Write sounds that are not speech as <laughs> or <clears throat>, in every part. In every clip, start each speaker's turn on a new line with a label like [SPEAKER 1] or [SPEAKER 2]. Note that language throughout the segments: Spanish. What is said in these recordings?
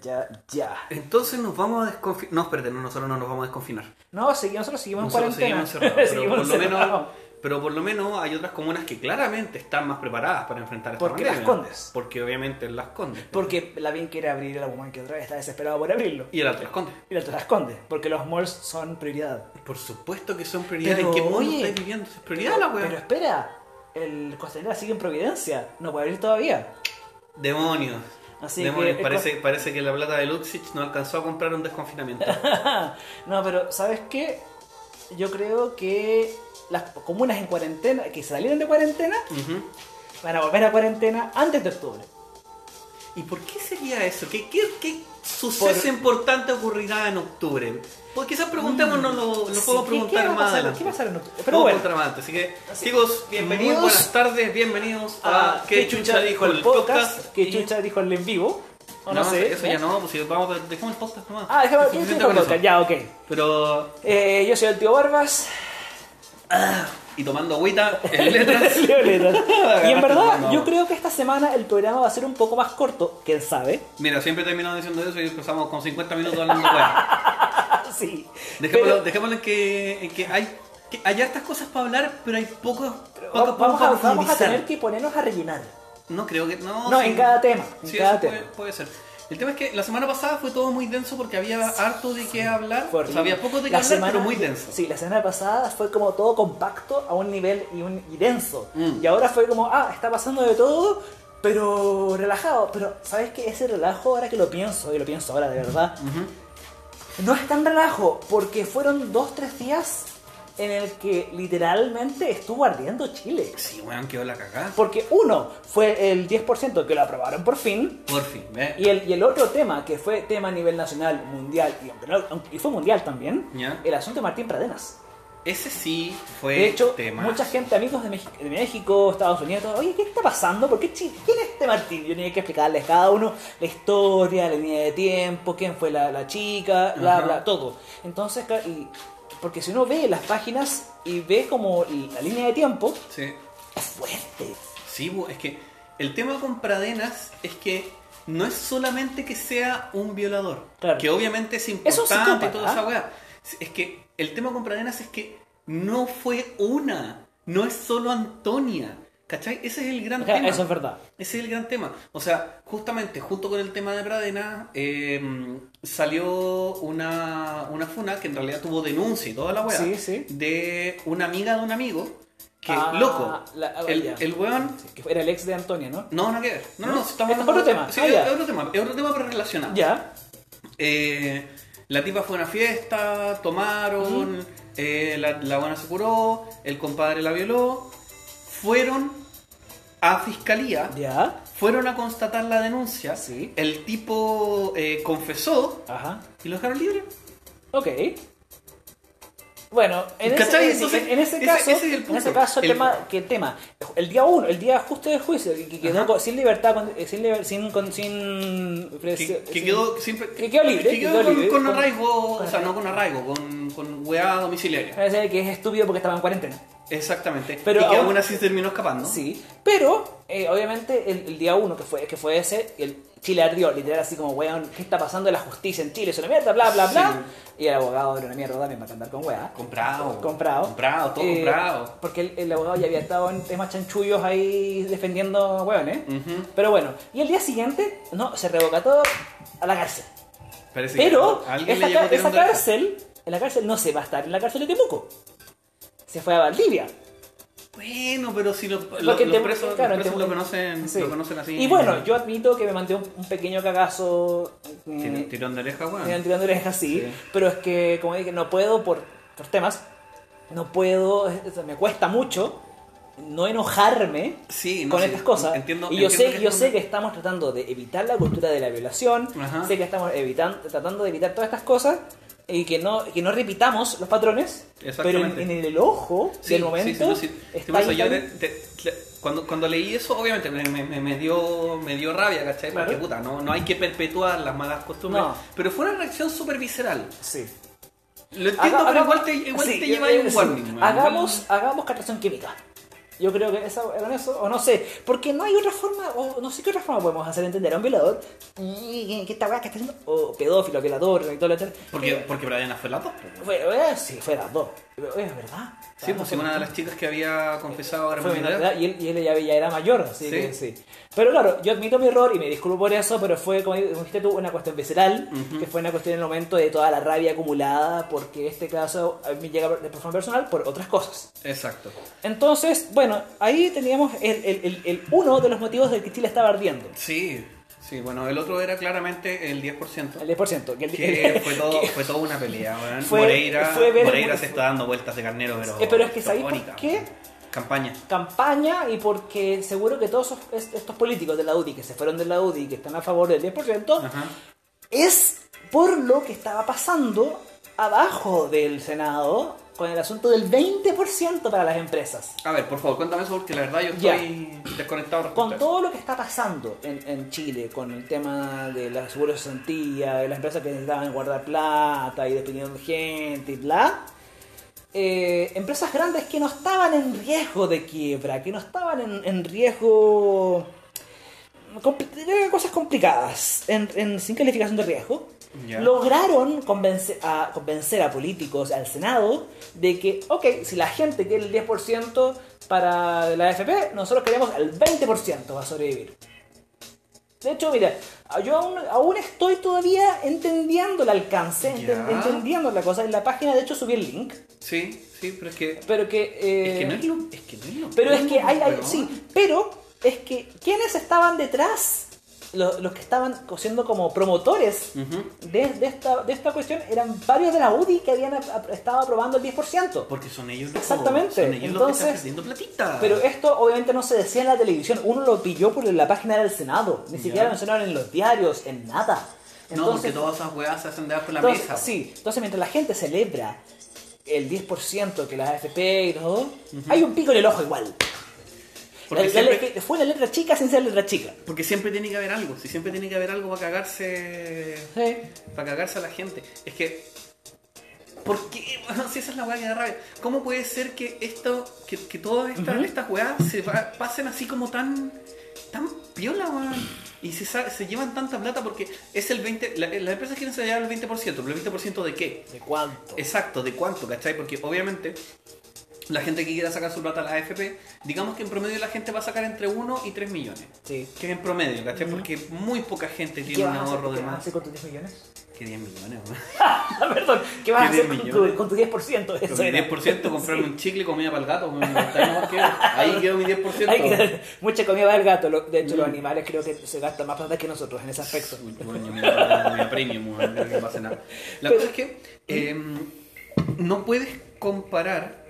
[SPEAKER 1] ya, ya.
[SPEAKER 2] Entonces nos vamos a desconfinar. No, espérate, no, nosotros no nos vamos a desconfinar.
[SPEAKER 3] No, segui- nosotros seguimos
[SPEAKER 2] Nosotros
[SPEAKER 3] en <laughs>
[SPEAKER 2] seguimos
[SPEAKER 3] cuarentena.
[SPEAKER 2] encerrados. Pero,
[SPEAKER 3] Seguimos
[SPEAKER 2] por lo menos,
[SPEAKER 3] encerrados.
[SPEAKER 2] pero por lo menos hay otras comunas que claramente están más preparadas para enfrentar esta
[SPEAKER 3] Porque
[SPEAKER 2] pandemia.
[SPEAKER 3] Las Condes.
[SPEAKER 2] Porque obviamente en Las Condes.
[SPEAKER 3] Porque la bien quiere abrir la Woman que otra vez está desesperado por abrirlo.
[SPEAKER 2] Y el Alto Las Condes.
[SPEAKER 3] Y la otra la esconde, porque los malls son prioridad.
[SPEAKER 2] Por supuesto que son prioridades.
[SPEAKER 3] Pero,
[SPEAKER 2] ¿En qué mundo
[SPEAKER 3] oye,
[SPEAKER 2] estáis viviendo? Es prioridad la
[SPEAKER 3] Pero
[SPEAKER 2] weá.
[SPEAKER 3] espera, el Costanera sigue en Providencia, no puede abrir todavía. <laughs>
[SPEAKER 2] Demonios.
[SPEAKER 3] Así
[SPEAKER 2] Demonios.
[SPEAKER 3] que-
[SPEAKER 2] parece, parece que la plata de Luxich no alcanzó a comprar
[SPEAKER 3] <laughs>
[SPEAKER 2] un desconfinamiento.
[SPEAKER 3] no, pero ¿sabes qué? Yo creo que las comunas en cuarentena, que salieron de cuarentena,
[SPEAKER 2] Ujú.
[SPEAKER 3] van a volver a cuarentena antes de octubre.
[SPEAKER 2] ¿Y por qué sería eso? ¿Qué, qué, qué suceso
[SPEAKER 3] Por-
[SPEAKER 2] importante ocurrirá en octubre? Pues quizás preguntémonos, lo, lo
[SPEAKER 3] Mm. Sí,
[SPEAKER 2] podemos
[SPEAKER 3] ¿qué- qué va
[SPEAKER 2] preguntar
[SPEAKER 3] a
[SPEAKER 2] más
[SPEAKER 3] pasar?
[SPEAKER 2] adelante.
[SPEAKER 3] ¿Qué va a pasar en octubre?
[SPEAKER 2] Pero
[SPEAKER 3] Pero bueno,
[SPEAKER 2] Así que,
[SPEAKER 3] Así-
[SPEAKER 2] chicos, bienvenidos,
[SPEAKER 3] Muy
[SPEAKER 2] buenas tardes, bienvenidos a
[SPEAKER 3] ah,
[SPEAKER 2] ¿Qué chucha dijo el podcast?
[SPEAKER 3] ¿Qué
[SPEAKER 2] Y-
[SPEAKER 3] chucha dijo el en vivo? O
[SPEAKER 2] No,
[SPEAKER 3] no, sé.
[SPEAKER 2] eso ya no, pues si vamos, a- dejemos el podcast nomás.
[SPEAKER 3] Ah, déjame
[SPEAKER 2] Es
[SPEAKER 3] ¿qué
[SPEAKER 2] suficiente
[SPEAKER 3] dijo el
[SPEAKER 2] con eso.
[SPEAKER 3] podcast, ya, ok.
[SPEAKER 2] Pero,
[SPEAKER 3] Eh, yo soy el tío Barbas.
[SPEAKER 2] y tomando agüita
[SPEAKER 3] <laughs>
[SPEAKER 2] en <laughs> letras. <laughs>
[SPEAKER 3] Violeta. y en verdad,
[SPEAKER 2] No.
[SPEAKER 3] yo creo que esta semana el programa va a ser un poco más corto, quién sabe. <laughs>
[SPEAKER 2] Mira, siempre terminamos diciendo eso y empezamos con 50 minutos hablando bueno.
[SPEAKER 3] Ah, sí.
[SPEAKER 2] Dejémoslo,
[SPEAKER 3] Pero
[SPEAKER 2] dejémoslo en, que, en que hay que hay hartas cosas para hablar, pero hay pocos
[SPEAKER 3] va- vamos, a,
[SPEAKER 2] pocos para
[SPEAKER 3] vamos a
[SPEAKER 2] profundizar.
[SPEAKER 3] tener que ponernos a rellenar.
[SPEAKER 2] No creo que. No,
[SPEAKER 3] No,
[SPEAKER 2] sí.
[SPEAKER 3] en cada tema. En
[SPEAKER 2] Sí,
[SPEAKER 3] cada
[SPEAKER 2] eso puede,
[SPEAKER 3] tema.
[SPEAKER 2] puede ser. El tema es que la semana pasada fue todo muy denso porque había harto de qué hablar.
[SPEAKER 3] Fue
[SPEAKER 2] O sea, había
[SPEAKER 3] horrible.
[SPEAKER 2] poco de qué
[SPEAKER 3] La
[SPEAKER 2] hablar, pero muy denso.
[SPEAKER 3] Sí, la semana pasada fue como todo compacto a un nivel y, un, y denso.
[SPEAKER 2] Mm.
[SPEAKER 3] Y ahora fue como, ah, está pasando de todo, pero relajado. Pero, ¿sabes qué? Ese relajo, ahora que lo pienso, y lo pienso ahora de verdad,
[SPEAKER 2] Ujú.
[SPEAKER 3] No es tan relajo, porque fueron dos, tres días en el que literalmente estuvo ardiendo Chile.
[SPEAKER 2] Sí, weón, quedó la cagada.
[SPEAKER 3] Porque uno fue el 10% que lo aprobaron por fin,
[SPEAKER 2] Por fin, ¿eh?
[SPEAKER 3] y el, y el otro tema, que fue tema a nivel nacional, mundial, y, aunque no- aunque- y fue mundial también,
[SPEAKER 2] Ya.
[SPEAKER 3] el asunto de Martín Pradenas.
[SPEAKER 2] Ese sí fue
[SPEAKER 3] de hecho,
[SPEAKER 2] tema.
[SPEAKER 3] mucha gente, amigos de, Mex- de México, Estados Unidos, todo, oye, ¿qué está pasando? ¿Por qué chi- ¿Quién es este Martín? Yo tenía que explicarles cada uno la historia, la línea de tiempo, quién fue la, la chica, bla,
[SPEAKER 2] Ajá.
[SPEAKER 3] bla, todo. Entonces, claro, y- porque si uno ve las páginas y ve como la línea de tiempo,
[SPEAKER 2] Sí.
[SPEAKER 3] es fuerte.
[SPEAKER 2] Sí, bu- es que el tema con Pradenas es que no es solamente que sea un violador,
[SPEAKER 3] Claro.
[SPEAKER 2] que obviamente es
[SPEAKER 3] un
[SPEAKER 2] importante y
[SPEAKER 3] psicópata,
[SPEAKER 2] toda esa
[SPEAKER 3] ¿ah?
[SPEAKER 2] weá. Es que el tema con Pradenas es que no fue una, no es solo Antonia. ¿Cachai? Ese es el gran
[SPEAKER 3] O sea,
[SPEAKER 2] tema.
[SPEAKER 3] Eso es verdad.
[SPEAKER 2] Ese es el gran tema. O sea, justamente junto con el tema de Pradena, eh, salió una, una funa que en realidad tuvo denuncia y toda la weá
[SPEAKER 3] Sí, sí.
[SPEAKER 2] de una amiga de un amigo que,
[SPEAKER 3] Ah,
[SPEAKER 2] loco,
[SPEAKER 3] la- ah,
[SPEAKER 2] el,
[SPEAKER 3] ya.
[SPEAKER 2] el weón.
[SPEAKER 3] Sí, que era el ex de Antonia, ¿no?
[SPEAKER 2] No, no que ver. No, no,
[SPEAKER 3] ¿No?
[SPEAKER 2] no, si estamos
[SPEAKER 3] Es
[SPEAKER 2] hablando-
[SPEAKER 3] otro tema.
[SPEAKER 2] Sí,
[SPEAKER 3] Ah,
[SPEAKER 2] es,
[SPEAKER 3] ya.
[SPEAKER 2] es otro tema. Es otro tema, pero relacionado.
[SPEAKER 3] Ya,
[SPEAKER 2] Eh, la tipa fue a una fiesta, tomaron, eh, la, la buena se curó, el compadre la violó. Fueron a fiscalía.
[SPEAKER 3] ya,
[SPEAKER 2] Fueron a constatar la denuncia.
[SPEAKER 3] Sí.
[SPEAKER 2] El tipo eh, confesó
[SPEAKER 3] ajá.
[SPEAKER 2] y lo dejaron libre.
[SPEAKER 3] Ok. Bueno, en
[SPEAKER 2] ¿Cachai?
[SPEAKER 3] ese,
[SPEAKER 2] Entonces,
[SPEAKER 3] en ese
[SPEAKER 2] ese-
[SPEAKER 3] caso,
[SPEAKER 2] ese es el
[SPEAKER 3] en
[SPEAKER 2] punto.
[SPEAKER 3] ese caso el,
[SPEAKER 2] El-
[SPEAKER 3] tema, que el tema, el día uno, el día justo del juicio, que, que quedó
[SPEAKER 2] Ajá.
[SPEAKER 3] con- sin libertad, con- eh, sin, liber- sin, con- sin,
[SPEAKER 2] Que, que
[SPEAKER 3] sin-
[SPEAKER 2] quedó siempre.
[SPEAKER 3] que quedó libre,
[SPEAKER 2] que quedó
[SPEAKER 3] que quedó
[SPEAKER 2] con,
[SPEAKER 3] libre.
[SPEAKER 2] con
[SPEAKER 3] Con-
[SPEAKER 2] arraigo.
[SPEAKER 3] con
[SPEAKER 2] o sea,
[SPEAKER 3] arraigo.
[SPEAKER 2] no con arraigo, con, con weá domiciliaria.
[SPEAKER 3] parece que es estúpido porque estaba en cuarentena.
[SPEAKER 2] Exactamente.
[SPEAKER 3] Pero
[SPEAKER 2] y que
[SPEAKER 3] aún-
[SPEAKER 2] aún así terminó escapando.
[SPEAKER 3] Sí, pero eh, obviamente el, el día uno que fue, que fue ese, el Chile ardió, literal así como, weón, ¿qué está pasando en la justicia en Chile? Es una mierda, bla, bla, bla. Y el abogado era una mierda también para andar con weá.
[SPEAKER 2] Comprado.
[SPEAKER 3] Comprado.
[SPEAKER 2] Comprado, todo
[SPEAKER 3] Eh,
[SPEAKER 2] comprado.
[SPEAKER 3] Porque el, el abogado ya había estado en temas chanchullos ahí defendiendo hueones.
[SPEAKER 2] Ujú.
[SPEAKER 3] Pero bueno, y el día siguiente, no, se revoca todo a la cárcel.
[SPEAKER 2] Parece
[SPEAKER 3] Pero
[SPEAKER 2] que alguien
[SPEAKER 3] esa,
[SPEAKER 2] le llegó
[SPEAKER 3] ca- esa
[SPEAKER 2] tirando la-
[SPEAKER 3] cárcel, en la cárcel no se va a estar en la cárcel de Temuco. Se fue a Valdivia.
[SPEAKER 2] Bueno, pero si los, los,
[SPEAKER 3] Porque
[SPEAKER 2] los
[SPEAKER 3] Temu-
[SPEAKER 2] presos,
[SPEAKER 3] claro,
[SPEAKER 2] los presos
[SPEAKER 3] Temuco-
[SPEAKER 2] lo, conocen,
[SPEAKER 3] sí.
[SPEAKER 2] lo conocen así.
[SPEAKER 3] Y bueno, yo admito que me mandé un, un pequeño cagazo. mm,
[SPEAKER 2] Tir- Tirón de oreja, weón.
[SPEAKER 3] Me van tirando orejas, sí.
[SPEAKER 2] Sí.
[SPEAKER 3] Pero es que, como dije, no puedo por, por temas. No puedo, es- me cuesta mucho no enojarme
[SPEAKER 2] Sí, no,
[SPEAKER 3] con
[SPEAKER 2] sí,
[SPEAKER 3] estas cosas.
[SPEAKER 2] entiendo-
[SPEAKER 3] y yo
[SPEAKER 2] entiendo
[SPEAKER 3] sé,
[SPEAKER 2] que
[SPEAKER 3] yo
[SPEAKER 2] es
[SPEAKER 3] sé
[SPEAKER 2] un-
[SPEAKER 3] que este estamos tratando de evitar la cultura de la violación.
[SPEAKER 2] Ajá.
[SPEAKER 3] Sé que estamos evitando, tratando de evitar todas estas cosas. Y que no, que no repitamos los patrones. Pero en,
[SPEAKER 2] Exactamente.
[SPEAKER 3] en el ojo
[SPEAKER 2] Sí,
[SPEAKER 3] del
[SPEAKER 2] sí,
[SPEAKER 3] momento.
[SPEAKER 2] sí, no, sí. Te
[SPEAKER 3] está
[SPEAKER 2] pasa,
[SPEAKER 3] ahí
[SPEAKER 2] yo
[SPEAKER 3] tan-
[SPEAKER 2] te- te- te- cuando, cuando leí eso, obviamente me, me- me- me dio, me dio rabia, ¿cachai?
[SPEAKER 3] Claro.
[SPEAKER 2] Porque puta, no, no hay que perpetuar las malas costumbres.
[SPEAKER 3] No.
[SPEAKER 2] Pero fue una reacción súper visceral.
[SPEAKER 3] Sí.
[SPEAKER 2] Lo entiendo,
[SPEAKER 3] Haga-
[SPEAKER 2] pero
[SPEAKER 3] haga-
[SPEAKER 2] igual te, igual
[SPEAKER 3] sí,
[SPEAKER 2] te
[SPEAKER 3] eh,
[SPEAKER 2] lleva ahí
[SPEAKER 3] eh,
[SPEAKER 2] un
[SPEAKER 3] sí.
[SPEAKER 2] warning. weón.
[SPEAKER 3] Hagamos, hagamos castración química. Yo creo que esa, con eso, o no sé, porque no hay otra forma, o no sé qué otra forma podemos hacer entender a un violador "Mm, que esta weá que está haciendo, o pedófilo, violador, etcétera.
[SPEAKER 2] Porque, porque Brianna fue la dos. pues, weón.
[SPEAKER 3] Fue, eh, sí, fue las dos. Oye, es verdad.
[SPEAKER 2] Sí, pues sí, una de las chicas que había confesado ahora
[SPEAKER 3] Fue
[SPEAKER 2] en
[SPEAKER 3] menor de
[SPEAKER 2] menor
[SPEAKER 3] edad, y él, y él ya, ya era mayor, así
[SPEAKER 2] Sí.
[SPEAKER 3] que sí. Pero claro, yo admito mi error y me disculpo por eso, pero fue, como dijiste tú, una cuestión visceral, que fue una cuestión en el momento de toda la rabia acumulada, porque este caso a mí llega de forma personal por otras cosas.
[SPEAKER 2] Exacto.
[SPEAKER 3] Entonces, bueno, ahí teníamos el, el- el- el uno de los motivos del que Chile estaba ardiendo.
[SPEAKER 2] Sí, sí, bueno, el otro era claramente el 10%.
[SPEAKER 3] El 10%. Que el- <laughs>
[SPEAKER 2] Que fue todo, fue toda una pelea, weón.
[SPEAKER 3] Fue-
[SPEAKER 2] Moreira,
[SPEAKER 3] fue ver-
[SPEAKER 2] Moreira se está dando vueltas de carnero, pero.
[SPEAKER 3] Eh, pero es que ¿sabéis por
[SPEAKER 2] tónica,
[SPEAKER 3] qué?
[SPEAKER 2] weón. Campaña.
[SPEAKER 3] campaña y porque seguro que todos esos- est- estos políticos de la UDI que se fueron de la UDI y que están a favor del 10%
[SPEAKER 2] Ajá.
[SPEAKER 3] es por lo que estaba pasando abajo del Senado con el asunto del 20% para las empresas.
[SPEAKER 2] A ver, por favor, cuéntame eso porque la verdad yo
[SPEAKER 3] Ya.
[SPEAKER 2] estoy desconectado respecto a
[SPEAKER 3] Con
[SPEAKER 2] eso.
[SPEAKER 3] todo lo que está pasando en, en Chile, con el tema de las seguros de santía, de las empresas que necesitaban guardar plata y despidiendo gente y bla, eh, empresas grandes que no estaban en riesgo de quiebra, que no estaban en, en riesgo... compli- eran cosas complicadas, en, en- sin calificación de riesgo,
[SPEAKER 2] Ya.
[SPEAKER 3] lograron convencer a, convencer a políticos, al Senado, de que, ok, si la gente quiere el 10% para la AFP, nosotros queremos el 20% para sobrevivir. De hecho, mira, yo aún, aún estoy todavía entendiendo el alcance, ente-
[SPEAKER 2] Ya.
[SPEAKER 3] entendiendo la cosa. En la página, de hecho, subí el link,
[SPEAKER 2] Sí, sí, pero es que.
[SPEAKER 3] pero que... eh,
[SPEAKER 2] Es que no es lo. Es que no es lo
[SPEAKER 3] pero es que
[SPEAKER 2] mismo,
[SPEAKER 3] hay, hay-
[SPEAKER 2] weón.
[SPEAKER 3] sí, pero es que quienes estaban detrás, Lo- los, que estaban siendo como promotores
[SPEAKER 2] Ujú.
[SPEAKER 3] de, de esta, de esta cuestión, eran varios de la UDI que habían ap- ap- estado aprobando el 10%.
[SPEAKER 2] Porque son ellos los
[SPEAKER 3] Exactamente,
[SPEAKER 2] Son ellos los que están
[SPEAKER 3] entonces-
[SPEAKER 2] perdiendo platita.
[SPEAKER 3] Pero esto obviamente no se decía en la televisión, uno lo pilló por la página del Senado, ni
[SPEAKER 2] Ya.
[SPEAKER 3] siquiera lo mencionaron en los diarios, en nada.
[SPEAKER 2] no, porque
[SPEAKER 3] Entonces,
[SPEAKER 2] todas esas weas se hacen debajo de la
[SPEAKER 3] Entonces,
[SPEAKER 2] mesa.
[SPEAKER 3] sí, entonces mientras la gente celebra el 10% que las AFP y todo, hay un pico en el ojo igual. La-
[SPEAKER 2] Porque
[SPEAKER 3] la
[SPEAKER 2] siempre-
[SPEAKER 3] letra- fue la letra chica sin ser letra chica.
[SPEAKER 2] Porque siempre tiene que haber algo. Si siempre tiene que haber algo para cagarse. Para cagarse a la gente. Es que. ¿Por qué? <laughs> Bueno, si esa es la weá que da rabia. ¿Cómo puede ser que esto. que, que todas estas, estas weas se va- pasen así como tan. tan piola, weón? Y se, sa- se llevan tanta plata porque es el 20. la- Las empresas quieren llevar el 20%, pero el 20% de qué?
[SPEAKER 3] ¿De cuánto?
[SPEAKER 2] Exacto, ¿de cuánto? ¿Cachai? Porque obviamente la gente que quiera sacar su plata a la AFP, digamos que en promedio la gente va a sacar entre 1 y 3 millones.
[SPEAKER 3] Sí.
[SPEAKER 2] Que es en promedio, ¿cachai? Porque muy poca gente
[SPEAKER 3] ¿Qué
[SPEAKER 2] tiene un
[SPEAKER 3] vas a hacer-
[SPEAKER 2] ahorro de
[SPEAKER 3] qué vas a
[SPEAKER 2] más
[SPEAKER 3] hacer con tus 10 millones? <laughs>
[SPEAKER 2] que 10 millones. ¿no?
[SPEAKER 3] Ah, Perdón, ¿qué vas a
[SPEAKER 2] ¿Qué
[SPEAKER 3] hacer
[SPEAKER 2] 10
[SPEAKER 3] con tu,
[SPEAKER 2] millones?
[SPEAKER 3] con tu 10%? <laughs> Eso
[SPEAKER 2] Con mi
[SPEAKER 3] era.
[SPEAKER 2] 10% comprarme un chicle y comida para el gato. me- me- está nomás que- Ahí quedó mi
[SPEAKER 3] <laughs>
[SPEAKER 2] 10%.
[SPEAKER 3] Hay que- mucha comida para el gato. lo- De
[SPEAKER 2] Mm.
[SPEAKER 3] hecho, los animales creo que se gastan más plata que nosotros en ese aspecto.
[SPEAKER 2] Uy, bueno, me me apremio, mujer, creo que no pasa nada. La
[SPEAKER 3] Pero-
[SPEAKER 2] cosa es que eh, no puedes comparar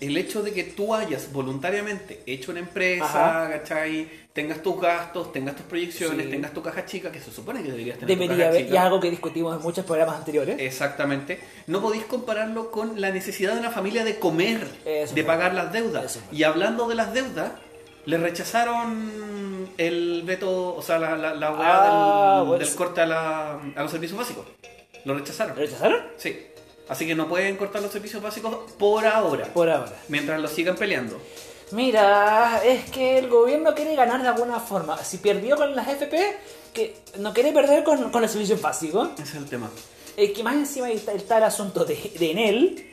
[SPEAKER 2] el hecho de que tú hayas voluntariamente hecho una empresa,
[SPEAKER 3] Ajá.
[SPEAKER 2] ¿cachai? Tengas tus gastos, tengas tus proyecciones,
[SPEAKER 3] Sí.
[SPEAKER 2] tengas tu caja chica, que se supone que deberías tener tu
[SPEAKER 3] Debería
[SPEAKER 2] caja
[SPEAKER 3] haber, y es
[SPEAKER 2] chica. Eh.
[SPEAKER 3] algo que discutimos en muchos programas anteriores.
[SPEAKER 2] Exactamente. No podéis compararlo con la necesidad de una familia de comer,
[SPEAKER 3] Eso
[SPEAKER 2] de
[SPEAKER 3] es
[SPEAKER 2] pagar las deudas.
[SPEAKER 3] Eso es verdad.
[SPEAKER 2] y hablando de las deudas, le rechazaron el veto, o sea, la, la, la weá
[SPEAKER 3] Ah,
[SPEAKER 2] del,
[SPEAKER 3] bueno,
[SPEAKER 2] del
[SPEAKER 3] sí.
[SPEAKER 2] corte a, la- a los servicios básicos. Lo
[SPEAKER 3] ¿Lo
[SPEAKER 2] rechazaron.
[SPEAKER 3] rechazaron?
[SPEAKER 2] Sí. Así que no pueden cortar los servicios básicos por ahora.
[SPEAKER 3] Por ahora.
[SPEAKER 2] Mientras lo sigan peleando.
[SPEAKER 3] Mira, es que el gobierno quiere ganar de alguna forma. Si perdió con las FP, que no quiere perder con, con el servicio básico.
[SPEAKER 2] Ese es el tema.
[SPEAKER 3] Eh, que más encima está, está el asunto de, de Enel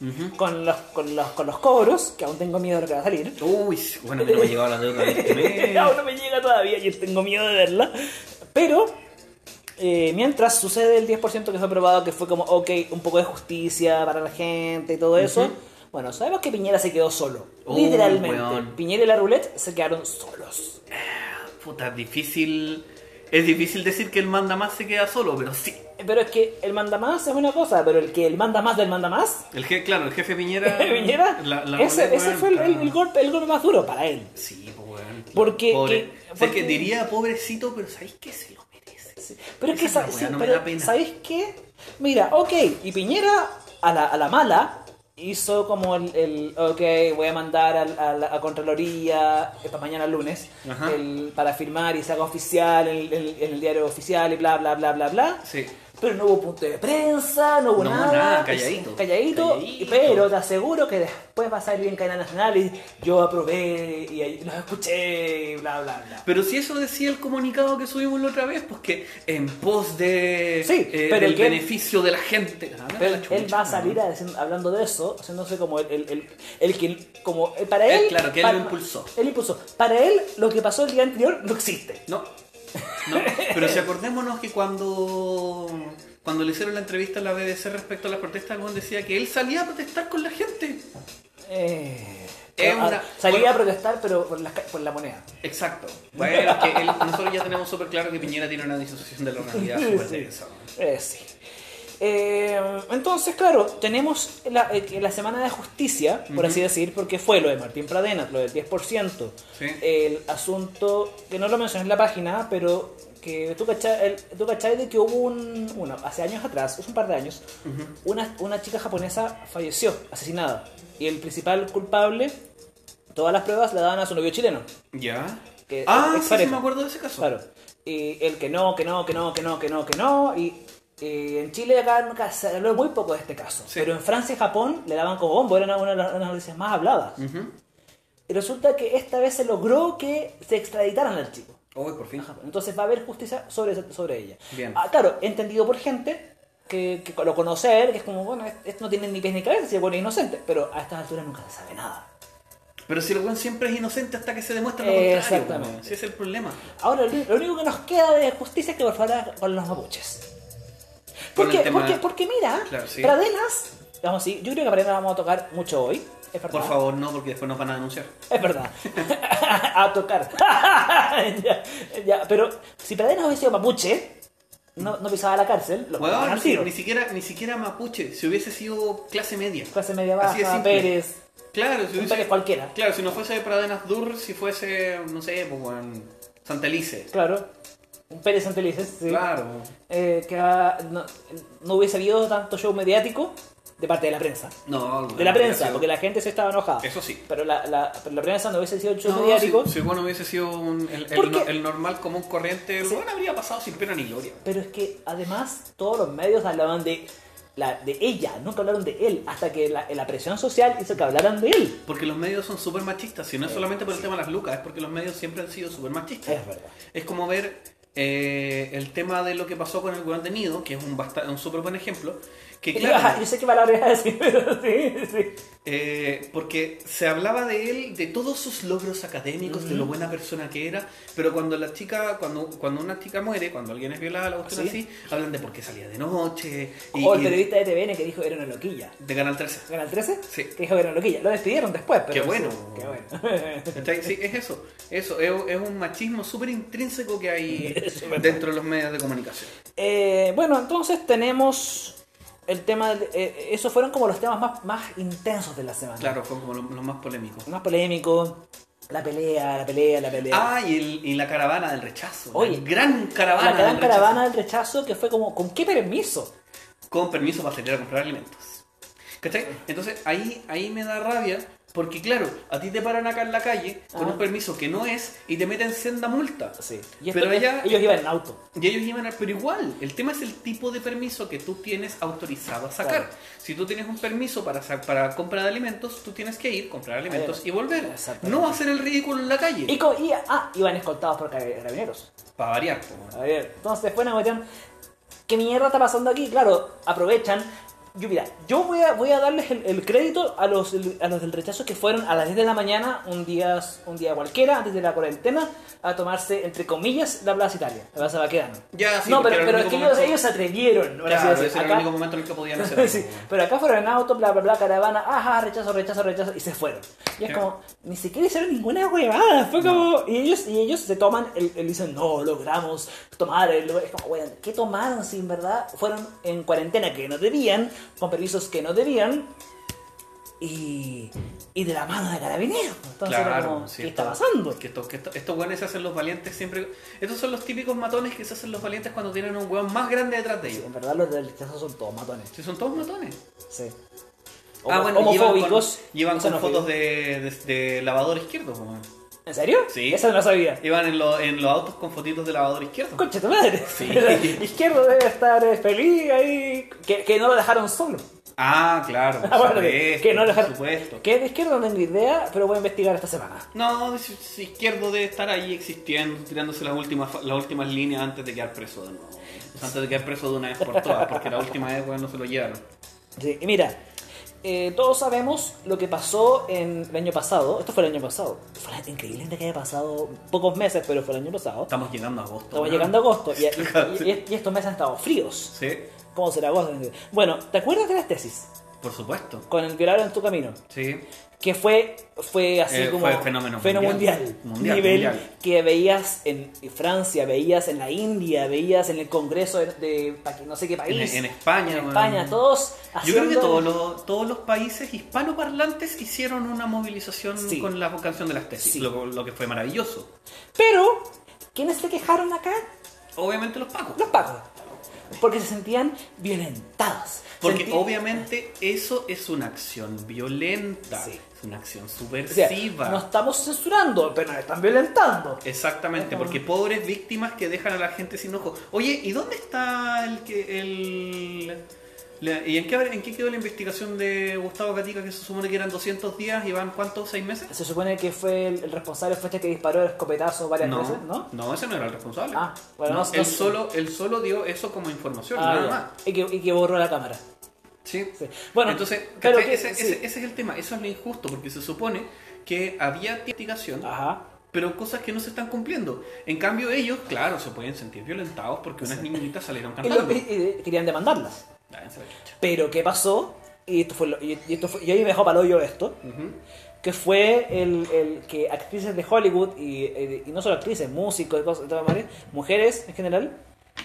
[SPEAKER 2] Ujú.
[SPEAKER 3] con los, con, los, con los cobros, que aún tengo miedo de lo que va a salir.
[SPEAKER 2] Uy, bueno, a mí no me ha llegado la deuda
[SPEAKER 3] <laughs>
[SPEAKER 2] de este mes.
[SPEAKER 3] Aún no me llega todavía y tengo miedo de verla. Pero eh, mientras sucede el 10% que fue aprobado, que fue como, ok, un poco de justicia para la gente y todo eso. Bueno, sabemos que Piñera se quedó solo.
[SPEAKER 2] Uy,
[SPEAKER 3] literalmente.
[SPEAKER 2] Oh, weón.
[SPEAKER 3] Piñera y la roulette se quedaron solos.
[SPEAKER 2] Puta, es difícil. Es difícil decir que el manda más se queda solo, pero sí.
[SPEAKER 3] Pero es que el manda más es una cosa, pero el que el manda más del manda más,
[SPEAKER 2] El je- claro, el jefe
[SPEAKER 3] <laughs>
[SPEAKER 2] Piñera.
[SPEAKER 3] Piñera,
[SPEAKER 2] la- la
[SPEAKER 3] ese,
[SPEAKER 2] roleta,
[SPEAKER 3] ese
[SPEAKER 2] weón,
[SPEAKER 3] fue el, el-
[SPEAKER 2] está-
[SPEAKER 3] el golpe, el golpe más duro para él.
[SPEAKER 2] Sí, pues, weón.
[SPEAKER 3] Porque-
[SPEAKER 2] Pobre.
[SPEAKER 3] que-
[SPEAKER 2] O sea,
[SPEAKER 3] porque-
[SPEAKER 2] que diría pobrecito, pero ¿sabéis qué? Se lo merece.
[SPEAKER 3] Sí, Pero es que,
[SPEAKER 2] Esa
[SPEAKER 3] sa-
[SPEAKER 2] es la
[SPEAKER 3] sí,
[SPEAKER 2] weá, no me
[SPEAKER 3] pero
[SPEAKER 2] da pena.
[SPEAKER 3] ¿sabéis qué? Mira, ok, y Piñera a la, a la mala hizo como el, el, ok, voy a mandar al- a, la a Contraloría eh, para mañana lunes
[SPEAKER 2] Ajá.
[SPEAKER 3] el- para firmar y se haga oficial en el, en el- en el diario oficial y bla, bla, bla, bla, bla.
[SPEAKER 2] Sí.
[SPEAKER 3] pero no hubo punto de prensa, no hubo
[SPEAKER 2] No hubo
[SPEAKER 3] nada.
[SPEAKER 2] nada, calladito.
[SPEAKER 3] Es- calladito,
[SPEAKER 2] Calladito.
[SPEAKER 3] Pero te aseguro que después va a salir bien Canal Nacional y yo aprobé y ahí los escuché y bla, bla, bla.
[SPEAKER 2] Pero si eso decía el comunicado que subimos la otra vez, pues que en pos de
[SPEAKER 3] Sí,
[SPEAKER 2] eh,
[SPEAKER 3] pero
[SPEAKER 2] del
[SPEAKER 3] que-
[SPEAKER 2] beneficio de la gente. Ah,
[SPEAKER 3] Pero
[SPEAKER 2] la chucha,
[SPEAKER 3] él va a
[SPEAKER 2] ¿no?
[SPEAKER 3] salir a decir- hablando de eso, haciéndose como el, el, el, el que. Como, eh, para
[SPEAKER 2] Él,
[SPEAKER 3] él.
[SPEAKER 2] claro, que él
[SPEAKER 3] para-
[SPEAKER 2] lo impulsó.
[SPEAKER 3] Él impulsó. Para él, lo que pasó el día anterior no existe.
[SPEAKER 2] No, no. Pero si acordémonos que cuando, cuando le hicieron la entrevista a la BBC respecto a las protestas, Juan decía que él salía a protestar con la gente.
[SPEAKER 3] Eh,
[SPEAKER 2] Es
[SPEAKER 3] ah,
[SPEAKER 2] una-
[SPEAKER 3] salía
[SPEAKER 2] bueno.
[SPEAKER 3] a protestar, pero por, las ca- por la moneda.
[SPEAKER 2] Exacto. Bueno, es que él- nosotros ya tenemos súper claro que Piñera tiene una disociación de la realidad súper
[SPEAKER 3] Sí.
[SPEAKER 2] densa.
[SPEAKER 3] Eh, sí. Eh, entonces, claro, tenemos la, eh, la semana de justicia, por
[SPEAKER 2] Ujú.
[SPEAKER 3] así decir, porque fue lo de Martín Pradenas, lo del 10%.
[SPEAKER 2] Sí.
[SPEAKER 3] El asunto, que no lo mencioné en la página, pero que tú cachai, el- tú cachai de que hubo un, bueno, hace años atrás, hace un par de años, una, una chica japonesa falleció, asesinada. Y el principal culpable, todas las pruebas la daban a su novio chileno.
[SPEAKER 2] ¿Ya?
[SPEAKER 3] Que-
[SPEAKER 2] ah, sí, sí,
[SPEAKER 3] expareja.
[SPEAKER 2] me acuerdo de ese caso.
[SPEAKER 3] Claro. Y el que no, que no, que no, que no, que no, que no. Y, y en Chile acá nunca se habló muy poco de este caso.
[SPEAKER 2] Sí.
[SPEAKER 3] Pero en Francia y Japón le daban como bombo, era una, una de las una de las noticias más habladas.
[SPEAKER 2] Ujú.
[SPEAKER 3] Y resulta que esta vez se logró que se extraditaran al chico.
[SPEAKER 2] Oh, por fin.
[SPEAKER 3] a Japón. Entonces va a haber justicia sobre, sobre ella.
[SPEAKER 2] Bien.
[SPEAKER 3] Ah, claro, entendido por gente que, que lo conocer, que es como, bueno, es- esto no tiene ni pies ni cabeza, si el bueno es inocente. Pero a estas alturas nunca se sabe nada.
[SPEAKER 2] Pero si el Juan siempre es inocente hasta que se demuestra lo
[SPEAKER 3] Eh,
[SPEAKER 2] contrario.
[SPEAKER 3] exactamente.
[SPEAKER 2] weón. Ese es el problema.
[SPEAKER 3] Ahora, lo, lo único que nos queda de justicia es que por favor con los mapuches.
[SPEAKER 2] Con
[SPEAKER 3] Porque,
[SPEAKER 2] el tema-
[SPEAKER 3] porque, porque mira,
[SPEAKER 2] Claro, sí.
[SPEAKER 3] Pradenas, vamos así, yo creo que a Pradenas vamos a tocar mucho hoy. Es verdad.
[SPEAKER 2] Por favor, no, porque después nos van a denunciar.
[SPEAKER 3] Es verdad. <laughs> a tocar. <laughs> Ya, ya, Pero si Pradenas hubiese sido mapuche, no, no pisaba la cárcel, lo
[SPEAKER 2] Weón,
[SPEAKER 3] mataban al
[SPEAKER 2] ni-
[SPEAKER 3] tiro.
[SPEAKER 2] ni siquiera, ni siquiera mapuche, si hubiese sido clase media.
[SPEAKER 3] Clase media
[SPEAKER 2] Así de
[SPEAKER 3] baja,
[SPEAKER 2] simple.
[SPEAKER 3] Pérez.
[SPEAKER 2] Claro, si
[SPEAKER 3] Un
[SPEAKER 2] hubiese.
[SPEAKER 3] Pérez cualquiera.
[SPEAKER 2] Claro, si no fuese Pradenas Dur, si fuese, no sé, pues, weón, Santa Lice.
[SPEAKER 3] Claro. Un Pérez Antelices, sí.
[SPEAKER 2] Claro.
[SPEAKER 3] Eh, que ah, no, no hubiese habido tanto show mediático de parte de la prensa.
[SPEAKER 2] No,
[SPEAKER 3] De
[SPEAKER 2] weón,
[SPEAKER 3] la
[SPEAKER 2] hubiera
[SPEAKER 3] prensa,
[SPEAKER 2] sido-
[SPEAKER 3] porque la gente se estaba enojada.
[SPEAKER 2] Eso sí.
[SPEAKER 3] Pero la, la, pero la prensa no hubiese sido el show
[SPEAKER 2] No, si,
[SPEAKER 3] mediático.
[SPEAKER 2] si bueno hubiese sido un- el, el
[SPEAKER 3] ¿Por
[SPEAKER 2] no-
[SPEAKER 3] qué?
[SPEAKER 2] el normal común corriente, el
[SPEAKER 3] Sí.
[SPEAKER 2] weón habría pasado sin pena ni gloria.
[SPEAKER 3] Pero es que además todos los medios hablaban de, la, de ella, nunca hablaron de él, hasta que la, la presión social hizo que hablaran de él.
[SPEAKER 2] Porque los medios son súper machistas, y no es solamente por el tema de las lucas, es porque los medios siempre han sido súper machistas.
[SPEAKER 3] Es verdad.
[SPEAKER 2] Es como ver eh, el tema de lo que pasó con el weón de Nido, que es un, basta- un súper buen ejemplo, que
[SPEAKER 3] Ajá,
[SPEAKER 2] claro,
[SPEAKER 3] Yo sé qué palabra iba a decir, <laughs> pero sí, sí.
[SPEAKER 2] eh, porque se hablaba de él, de todos sus logros académicos, de lo buena persona que era, pero cuando la chica, cuando, cuando una chica muere, cuando alguien es violada, la cuestión
[SPEAKER 3] ¿Sí?
[SPEAKER 2] así, hablan de por qué salía de noche, y,
[SPEAKER 3] O Oh, el
[SPEAKER 2] y
[SPEAKER 3] periodista de TVN que dijo que era una loquilla.
[SPEAKER 2] de Canal 13.
[SPEAKER 3] ¿Canal 13?
[SPEAKER 2] Sí.
[SPEAKER 3] Que dijo que era una loquilla. Lo despidieron después, pero.
[SPEAKER 2] Qué
[SPEAKER 3] sí,
[SPEAKER 2] bueno.
[SPEAKER 3] qué bueno.
[SPEAKER 2] ¿Cachai? Sí, es eso, eso, es, es un machismo súper intrínseco que hay
[SPEAKER 3] <laughs> Es verdad.
[SPEAKER 2] dentro de los medios de comunicación.
[SPEAKER 3] Eh, bueno, entonces tenemos el tema. del- eh, esos fueron como los temas más, más intensos de la semana.
[SPEAKER 2] Claro, fue como lo, lo más polémico.
[SPEAKER 3] Más polémico. La pelea, la pelea, la pelea.
[SPEAKER 2] Ah, y, el- y la caravana del rechazo.
[SPEAKER 3] Oye,
[SPEAKER 2] la gran caravana.
[SPEAKER 3] la gran
[SPEAKER 2] del rechazo.
[SPEAKER 3] caravana del rechazo que fue como, ¿con qué permiso?
[SPEAKER 2] Con permiso para salir a comprar alimentos. ¿Cachai? Entonces ahí, ahí me da rabia porque, claro, a ti te paran acá en la calle con
[SPEAKER 3] Ah.
[SPEAKER 2] un permiso que no es y te meten senda multa.
[SPEAKER 3] Sí. Y esto
[SPEAKER 2] pero
[SPEAKER 3] que
[SPEAKER 2] ella,
[SPEAKER 3] ellos iban en auto.
[SPEAKER 2] Y ellos iban a... Pero igual, el tema es el tipo de permiso que tú tienes autorizado a sacar.
[SPEAKER 3] Claro.
[SPEAKER 2] Si tú tienes un permiso para, sa- para compra de alimentos, tú tienes que ir, comprar alimentos
[SPEAKER 3] Ahí
[SPEAKER 2] y
[SPEAKER 3] va.
[SPEAKER 2] volver.
[SPEAKER 3] Exactamente.
[SPEAKER 2] No hacer el ridículo en la calle.
[SPEAKER 3] Y, co- y- ah, iban escoltados por car- carabineros.
[SPEAKER 2] Para variar. po, weón.
[SPEAKER 3] A ver, entonces fue una cuestión. ¿Qué mierda está pasando aquí? Claro, aprovechan. Yo, mira, yo voy a, voy a darles el, el crédito a los, a los del rechazo que fueron a las 10 de la mañana, un día, un día cualquiera, antes de la cuarentena, a tomarse, entre comillas, la Plaza Italia, la Plaza Baquedano.
[SPEAKER 2] Ya, sí,
[SPEAKER 3] no,
[SPEAKER 2] porque
[SPEAKER 3] pero,
[SPEAKER 2] era el
[SPEAKER 3] pero es que
[SPEAKER 2] único
[SPEAKER 3] ellos,
[SPEAKER 2] momento-
[SPEAKER 3] ellos se atrevieron. por así
[SPEAKER 2] Claro,
[SPEAKER 3] decir.
[SPEAKER 2] ese era
[SPEAKER 3] Acá-
[SPEAKER 2] el único momento en el
[SPEAKER 3] <laughs>
[SPEAKER 2] que podían hacer algo.
[SPEAKER 3] Sí,
[SPEAKER 2] weón.
[SPEAKER 3] pero acá fueron en auto, bla, bla, bla, caravana, ajá, rechazo, rechazo, rechazo, y se fueron. Y es
[SPEAKER 2] Claro.
[SPEAKER 3] como, ni siquiera hicieron ninguna huevada, fue
[SPEAKER 2] No.
[SPEAKER 3] como, y ellos, y ellos se toman, el, el dicen, no, logramos tomar, el, lugar". es como, weón, ¿qué tomaron si en verdad fueron en cuarentena que no debían, con permisos que no debían, y, y de la mano de carabineros? Entonces, era como,
[SPEAKER 2] sí,
[SPEAKER 3] ¿qué está
[SPEAKER 2] esto-
[SPEAKER 3] pasando?
[SPEAKER 2] Que esto- que esto- estos weones se hacen los valientes siempre. Estos son los típicos matones que se hacen los valientes cuando tienen un weón más grande detrás de ellos.
[SPEAKER 3] En verdad los del rechazo son todos matones,
[SPEAKER 2] Si son todos matones.
[SPEAKER 3] sí.
[SPEAKER 2] ah,
[SPEAKER 3] Homo-
[SPEAKER 2] bueno, llevan con,
[SPEAKER 3] homofóbicos,
[SPEAKER 2] llevan con
[SPEAKER 3] xenófobos.
[SPEAKER 2] fotos de, de- de lavador izquierdo. po, weón.
[SPEAKER 3] ¿En serio?
[SPEAKER 2] Sí.
[SPEAKER 3] Esa no la sabía.
[SPEAKER 2] Iban en, lo- en los autos con fotitos de lavador izquierdo.
[SPEAKER 3] Concha tu madre. <laughs>
[SPEAKER 2] Sí.
[SPEAKER 3] Izquierdo debe estar eh, feliz ahí. Que, que no lo dejaron solo.
[SPEAKER 2] <laughs> Ah, claro.
[SPEAKER 3] <laughs>
[SPEAKER 2] Por
[SPEAKER 3] Ah, bueno, que,
[SPEAKER 2] supuesto,
[SPEAKER 3] que no lo
[SPEAKER 2] por
[SPEAKER 3] dejaron.
[SPEAKER 2] supuesto.
[SPEAKER 3] Que de izquierdo no tengo idea, pero voy a investigar esta semana.
[SPEAKER 2] No, si- si izquierdo debe estar ahí existiendo, tirándose las últimas, fa- las últimas líneas antes de quedar preso de nuevo. O sea, Antes de quedar preso de una vez por todas, porque la última vez bueno, no se lo llevaron.
[SPEAKER 3] Sí, y mira, eh, todos sabemos lo que pasó en el año pasado. Esto fue el año pasado. Fue la- increíble que haya pasado pocos meses, pero fue el año pasado.
[SPEAKER 2] Estamos llegando a agosto.
[SPEAKER 3] Estamos
[SPEAKER 2] ¿no?
[SPEAKER 3] llegando a agosto y, y- y- y estos meses han estado fríos.
[SPEAKER 2] Sí,
[SPEAKER 3] ¿Cómo será agosto? Bueno, ¿te acuerdas de las tesis?
[SPEAKER 2] por supuesto.
[SPEAKER 3] Con el violador en tu camino.
[SPEAKER 2] Sí.
[SPEAKER 3] Que fue, fue así
[SPEAKER 2] Eh,
[SPEAKER 3] como.
[SPEAKER 2] fue fenómeno mundial.
[SPEAKER 3] mundial.
[SPEAKER 2] Mundial,
[SPEAKER 3] Nivel
[SPEAKER 2] mundial.
[SPEAKER 3] que veías en Francia, veías en la India, veías en el Congreso de, de pa- no sé qué país.
[SPEAKER 2] En- en España,
[SPEAKER 3] En
[SPEAKER 2] bueno.
[SPEAKER 3] España, todos
[SPEAKER 2] Yo creo que
[SPEAKER 3] haciendo-
[SPEAKER 2] todos los, todos los países hispanoparlantes hicieron una movilización
[SPEAKER 3] Sí.
[SPEAKER 2] con la canción de las tesis,
[SPEAKER 3] Sí.
[SPEAKER 2] lo, lo que fue maravilloso.
[SPEAKER 3] Pero, ¿quiénes se quejaron acá?
[SPEAKER 2] Obviamente los pacos.
[SPEAKER 3] Los pacos. Porque se sentían violentados.
[SPEAKER 2] Porque
[SPEAKER 3] Sentí-
[SPEAKER 2] obviamente eso es una acción violenta,
[SPEAKER 3] Sí.
[SPEAKER 2] es una acción
[SPEAKER 3] O sea,
[SPEAKER 2] subversiva.
[SPEAKER 3] no estamos censurando, pero nos están violentando.
[SPEAKER 2] Exactamente, porque pobres víctimas que dejan a la gente sin ojo. Oye, ¿y dónde está el que el la- ¿Y en qué, en qué quedó la investigación de Gustavo Catica que se supone que eran 200 días y van cuántos, seis meses?
[SPEAKER 3] Se supone que fue el, el responsable fue este que disparó el escopetazo varias veces, ¿no?
[SPEAKER 2] ese no era el responsable.
[SPEAKER 3] Ah, bueno,
[SPEAKER 2] No,
[SPEAKER 3] no-
[SPEAKER 2] él,
[SPEAKER 3] no-
[SPEAKER 2] solo, él solo dio eso como información,
[SPEAKER 3] Ah,
[SPEAKER 2] nada
[SPEAKER 3] ya.
[SPEAKER 2] más.
[SPEAKER 3] Y, que, y que borró la cámara.
[SPEAKER 2] Sí.
[SPEAKER 3] Sí. Bueno,
[SPEAKER 2] Entonces,
[SPEAKER 3] pero
[SPEAKER 2] ¿cachai?
[SPEAKER 3] que-
[SPEAKER 2] ese,
[SPEAKER 3] sí.
[SPEAKER 2] ese- ese es el tema, eso es lo injusto, porque se supone que había investigación,
[SPEAKER 3] Ajá.
[SPEAKER 2] pero cosas que no se están cumpliendo. En cambio, ellos, claro, se pueden sentir violentados porque unas niñitas salieron
[SPEAKER 3] Y,
[SPEAKER 2] cantando.
[SPEAKER 3] lo- y- y querían demandarlas.
[SPEAKER 2] Váyanse a la chucha.
[SPEAKER 3] Pero ¿qué pasó? Y esto fue lo- y, y esto fue- y ahí me dejó palo yo esto.
[SPEAKER 2] Ujú.
[SPEAKER 3] que fue el, el que actrices de Hollywood y, eh, y no solo actrices, músicos, y cosas de todas maneras, mujeres en general,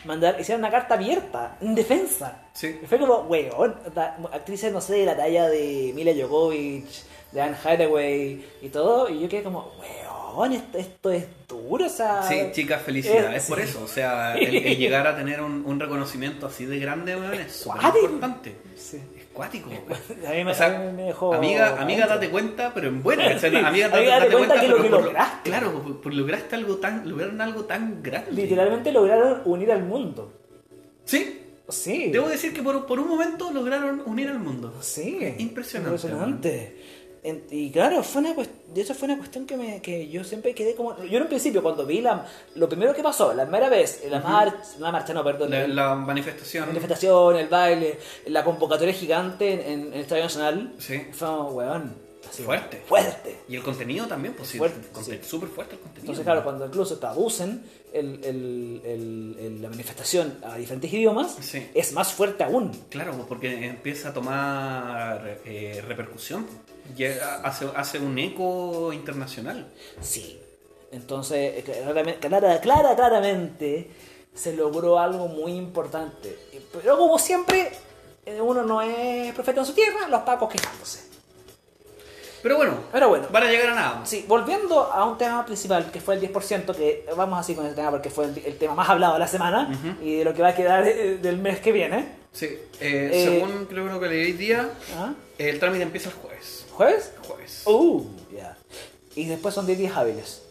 [SPEAKER 3] mandar, hicieron una carta abierta, indefensa.
[SPEAKER 2] Sí.
[SPEAKER 3] Y Fue como, weón, ta- actrices, no sé, de la talla de Mila Jovovich, de Anne Hathaway y todo, y yo quedé como, weón, esto, esto es duro, o sea...
[SPEAKER 2] Sí, chicas, felicidades
[SPEAKER 3] Ah, Eh,
[SPEAKER 2] por
[SPEAKER 3] sí.
[SPEAKER 2] eso. O sea,
[SPEAKER 3] <laughs>
[SPEAKER 2] el, el llegar a tener un, un reconocimiento así de grande, weón, es súper
[SPEAKER 3] cuático.
[SPEAKER 2] importante.
[SPEAKER 3] Sí.
[SPEAKER 2] Es cuático, weón.
[SPEAKER 3] A mí me-
[SPEAKER 2] O sea,
[SPEAKER 3] a mí me dejó-
[SPEAKER 2] amiga, amiga, date cuenta, pero en buena,
[SPEAKER 3] <laughs>
[SPEAKER 2] ¿cachai?
[SPEAKER 3] Sí,
[SPEAKER 2] Amiga, date,
[SPEAKER 3] amiga, date
[SPEAKER 2] date
[SPEAKER 3] cuenta que lo
[SPEAKER 2] pero
[SPEAKER 3] que
[SPEAKER 2] por
[SPEAKER 3] lograste.
[SPEAKER 2] Claro, por, por lograste algo tan, lograron algo tan grande.
[SPEAKER 3] Literalmente lograron unir al mundo.
[SPEAKER 2] Sí,
[SPEAKER 3] Sí.
[SPEAKER 2] debo decir que por, por un momento lograron unir al mundo.
[SPEAKER 3] Sí.
[SPEAKER 2] Impresionante,
[SPEAKER 3] Impresionante. En- y claro, fue una cuest- eso fue una cuestión que, me, que yo siempre quedé como... Yo en un principio, cuando vi la, lo primero que pasó, la primera vez, la marcha, la marcha no, perdón,
[SPEAKER 2] La,
[SPEAKER 3] el-
[SPEAKER 2] la
[SPEAKER 3] la
[SPEAKER 2] manifestación.
[SPEAKER 3] manifestación, el baile, la convocatoria gigante en, en el Estadio Nacional,
[SPEAKER 2] Sí.
[SPEAKER 3] fue como, weón, así,
[SPEAKER 2] Fuerte.
[SPEAKER 3] fuerte.
[SPEAKER 2] Y el contenido también, pues sí,
[SPEAKER 3] Fuerte,
[SPEAKER 2] conte-
[SPEAKER 3] sí.
[SPEAKER 2] súper fuerte el contenido.
[SPEAKER 3] Entonces, claro, pues. cuando incluso traducen el- el- el- el- la manifestación a diferentes idiomas,
[SPEAKER 2] Sí.
[SPEAKER 3] es más fuerte aún.
[SPEAKER 2] Claro, pues, porque empieza a tomar eh, repercusión. Y eh, hace, hace un eco internacional.
[SPEAKER 3] Sí. Entonces, eh, clarame- clara, clara- claramente se logró algo muy importante. Pero como siempre, eh, uno no es profeta en su tierra, los pacos quejándose.
[SPEAKER 2] Pero bueno,
[SPEAKER 3] Pero bueno,
[SPEAKER 2] van a llegar a nada. pues.
[SPEAKER 3] sí, volviendo a un tema principal, que fue el 10%, que vamos así con ese tema porque fue el, el tema más hablado de la semana
[SPEAKER 2] Ujú.
[SPEAKER 3] y de lo que va a quedar eh, del mes que viene.
[SPEAKER 2] Sí, eh,
[SPEAKER 3] Eh,
[SPEAKER 2] según creo lo que leí hoy día,
[SPEAKER 3] ¿Ah?
[SPEAKER 2] el trámite empieza el jueves.
[SPEAKER 3] ¿Jueves?
[SPEAKER 2] Jueves.
[SPEAKER 3] Uh, ya. Y después son 10 días hábiles.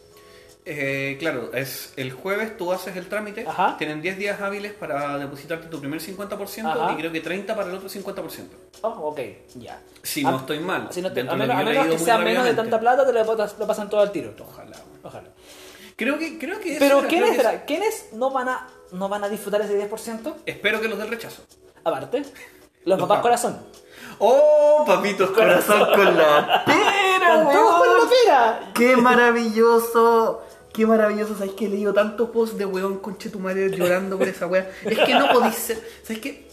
[SPEAKER 2] Eh, claro, es el jueves tú haces el trámite,
[SPEAKER 3] Ajá.
[SPEAKER 2] tienen 10 días hábiles para depositarte tu primer 50%
[SPEAKER 3] Ajá.
[SPEAKER 2] y creo que 30 para el otro 50%.
[SPEAKER 3] Oh, ok, ya.
[SPEAKER 2] Si no
[SPEAKER 3] Ah,
[SPEAKER 2] estoy mal.
[SPEAKER 3] Si no te-
[SPEAKER 2] dentro
[SPEAKER 3] a
[SPEAKER 2] de lo
[SPEAKER 3] menos,
[SPEAKER 2] que
[SPEAKER 3] a
[SPEAKER 2] yo
[SPEAKER 3] menos
[SPEAKER 2] he leído
[SPEAKER 3] que
[SPEAKER 2] muy
[SPEAKER 3] sea menos de
[SPEAKER 2] rápidamente.
[SPEAKER 3] tanta plata, te lo, botas- lo pasan todo al tiro.
[SPEAKER 2] Ojalá. bueno.
[SPEAKER 3] Ojalá.
[SPEAKER 2] Creo que, creo que
[SPEAKER 3] Pero ¿quiénes,
[SPEAKER 2] eso- creo que eso-
[SPEAKER 3] será- ¿quiénes no, van a, no van a disfrutar ese 10%?
[SPEAKER 2] Espero que los del rechazo.
[SPEAKER 3] Aparte, los,
[SPEAKER 2] Los
[SPEAKER 3] papás
[SPEAKER 2] papás.
[SPEAKER 3] corazón.
[SPEAKER 2] ¡Oh, papitos corazón
[SPEAKER 3] <laughs>
[SPEAKER 2] con la pera!
[SPEAKER 3] ¡Con todo
[SPEAKER 2] weón!
[SPEAKER 3] con la pera!
[SPEAKER 2] ¡Qué maravilloso! ¡Qué maravilloso! ¿Sabes que he leído tantos posts de weón conche tu madre llorando por esa wea? Es que no podís ser. ¿Sabes qué?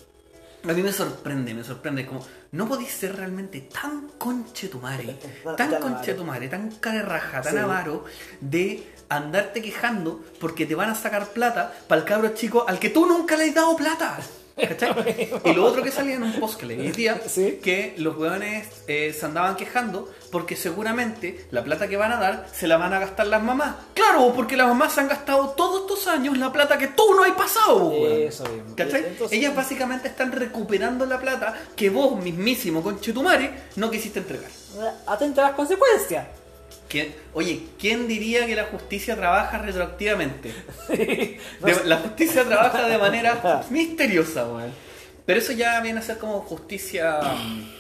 [SPEAKER 2] A mí me sorprende, me sorprende. Como, no podís ser realmente tan conche tu madre, tan
[SPEAKER 3] Tan
[SPEAKER 2] conche
[SPEAKER 3] avaro.
[SPEAKER 2] tu madre, tan carraja, tan
[SPEAKER 3] Sí.
[SPEAKER 2] avaro de andarte quejando porque te van a sacar plata para el cabro chico al que tú nunca le has dado plata. ¿Cachai? Y lo otro que salía en un post que leí hoy día,
[SPEAKER 3] Sí.
[SPEAKER 2] que los weones eh, se andaban quejando porque seguramente la plata que van a dar se la van a gastar las mamás. Claro, porque las mamás se han gastado todos estos años la plata que tú no has pasado. weón.
[SPEAKER 3] Eso mismo.
[SPEAKER 2] ¿Cachai?
[SPEAKER 3] Entonces-
[SPEAKER 2] Ellas básicamente están recuperando la plata que vos mismísimo con Chetumare no quisiste entregar.
[SPEAKER 3] Atenta a las consecuencias. <laughs>
[SPEAKER 2] ¿Quién- Oye, ¿quién diría que la justicia trabaja retroactivamente?
[SPEAKER 3] No
[SPEAKER 2] De-
[SPEAKER 3] sé.
[SPEAKER 2] la justicia trabaja de
[SPEAKER 3] <laughs>
[SPEAKER 2] manera misteriosa, weón. Pero eso ya viene a ser como justicia. mm,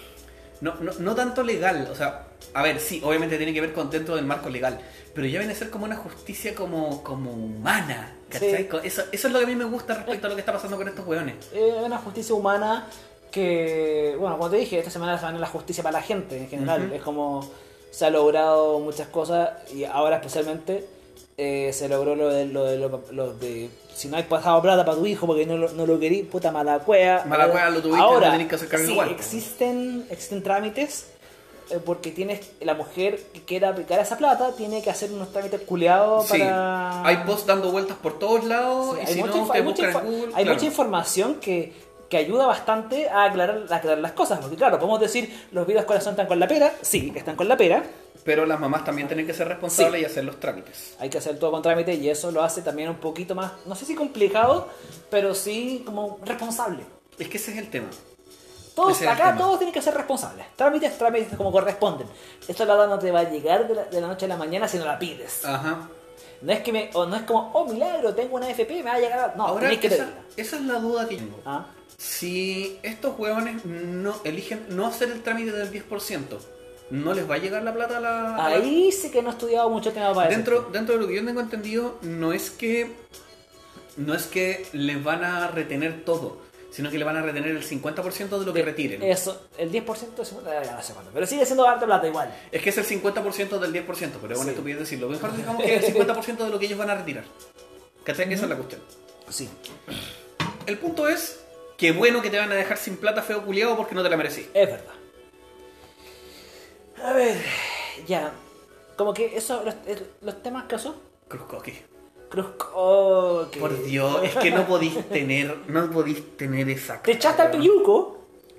[SPEAKER 2] No, no, no tanto legal, o sea, a ver, sí, obviamente tiene que ver con dentro del marco legal, pero ya viene a ser como una justicia como, como humana, ¿cachai?
[SPEAKER 3] Sí.
[SPEAKER 2] Co- Eso, eso es lo que a mí me gusta respecto a lo que está pasando con estos weones.
[SPEAKER 3] Eh, Es una justicia humana que, bueno, como te dije, esta semana es la semana de la justicia para la gente en general.
[SPEAKER 2] Ujú.
[SPEAKER 3] Es como se ha logrado muchas cosas y ahora especialmente eh, se logró lo de, lo de, lo- lo de si no has pasado plata para tu hijo porque no lo, no lo querí, puta mala cueva.
[SPEAKER 2] Mala
[SPEAKER 3] Ahora-
[SPEAKER 2] cueva, lo tuviste,
[SPEAKER 3] ahora,
[SPEAKER 2] no tenés que hacer cargo
[SPEAKER 3] sí,
[SPEAKER 2] igual.
[SPEAKER 3] Existen, existen trámites eh, porque tienes la mujer que quiera aplicar esa plata tiene que hacer unos trámites culeados
[SPEAKER 2] Sí,
[SPEAKER 3] para...
[SPEAKER 2] hay posts dando vueltas por todos
[SPEAKER 3] Sí,
[SPEAKER 2] lados y
[SPEAKER 3] hay
[SPEAKER 2] si
[SPEAKER 3] mucha,
[SPEAKER 2] no,
[SPEAKER 3] infa-
[SPEAKER 2] te
[SPEAKER 3] hay mucha
[SPEAKER 2] buscan en
[SPEAKER 3] infa-
[SPEAKER 2] Google.
[SPEAKER 3] hay
[SPEAKER 2] claro.
[SPEAKER 3] mucha información que, que ayuda bastante a aclarar, a aclarar las cosas. Porque claro, podemos decir, los videos corazón están con la pera. Sí, están con la pera.
[SPEAKER 2] Pero las mamás también tienen que ser responsables
[SPEAKER 3] Sí.
[SPEAKER 2] y hacer los trámites.
[SPEAKER 3] Hay que hacer todo con trámite y eso lo hace también un poquito más, no sé si complicado, pero sí como responsable.
[SPEAKER 2] Es que ese es el tema.
[SPEAKER 3] Todos,
[SPEAKER 2] Ese es el
[SPEAKER 3] acá
[SPEAKER 2] tema.
[SPEAKER 3] todos tienen que ser responsables. Trámites, trámites como corresponden. Esta lata no te va a llegar de la, de la noche a la mañana si no la pides.
[SPEAKER 2] Ajá.
[SPEAKER 3] No es que me, o no es como, oh milagro, tengo una FP, me va a llegar. a-". No,
[SPEAKER 2] Ahora,
[SPEAKER 3] tenés que
[SPEAKER 2] esa,
[SPEAKER 3] pedirla.
[SPEAKER 2] esa es la duda que yo tengo.
[SPEAKER 3] Ah,
[SPEAKER 2] Si estos huevones no eligen no hacer el trámite del 10%, ¿no les va a llegar la plata a la... a la-
[SPEAKER 3] Ahí sí que no he estudiado mucho el tema para eso.
[SPEAKER 2] Ah, dentro, dentro de lo que yo tengo entendido, no es que no es que les van a retener todo, sino que le van a retener el 50% de lo que retiren. Es,
[SPEAKER 3] Eh, Eso, el 10% es una- ya no sé cuánto, pero sigue siendo harta plata igual.
[SPEAKER 2] que es el 50% del 10%, pero es
[SPEAKER 3] Sí.
[SPEAKER 2] una estupidez decirlo. Mejor digamos que es el 50% de lo que ellos van a retirar. ¿Cachai? Esa es la cuestión.
[SPEAKER 3] Sí.
[SPEAKER 2] El punto es que bueno que te van a dejar sin plata feo culiado porque no te la merecí.
[SPEAKER 3] Es verdad. A ver, ya. Como que eso, los, el- los temas que usó.
[SPEAKER 2] Cruzcoqui.
[SPEAKER 3] Cruz. oh, que-
[SPEAKER 2] Por Dios, es que no podís tener, no podís tener esa.
[SPEAKER 3] Te
[SPEAKER 2] cara,
[SPEAKER 3] echaste al
[SPEAKER 2] weón.
[SPEAKER 3] peyuco.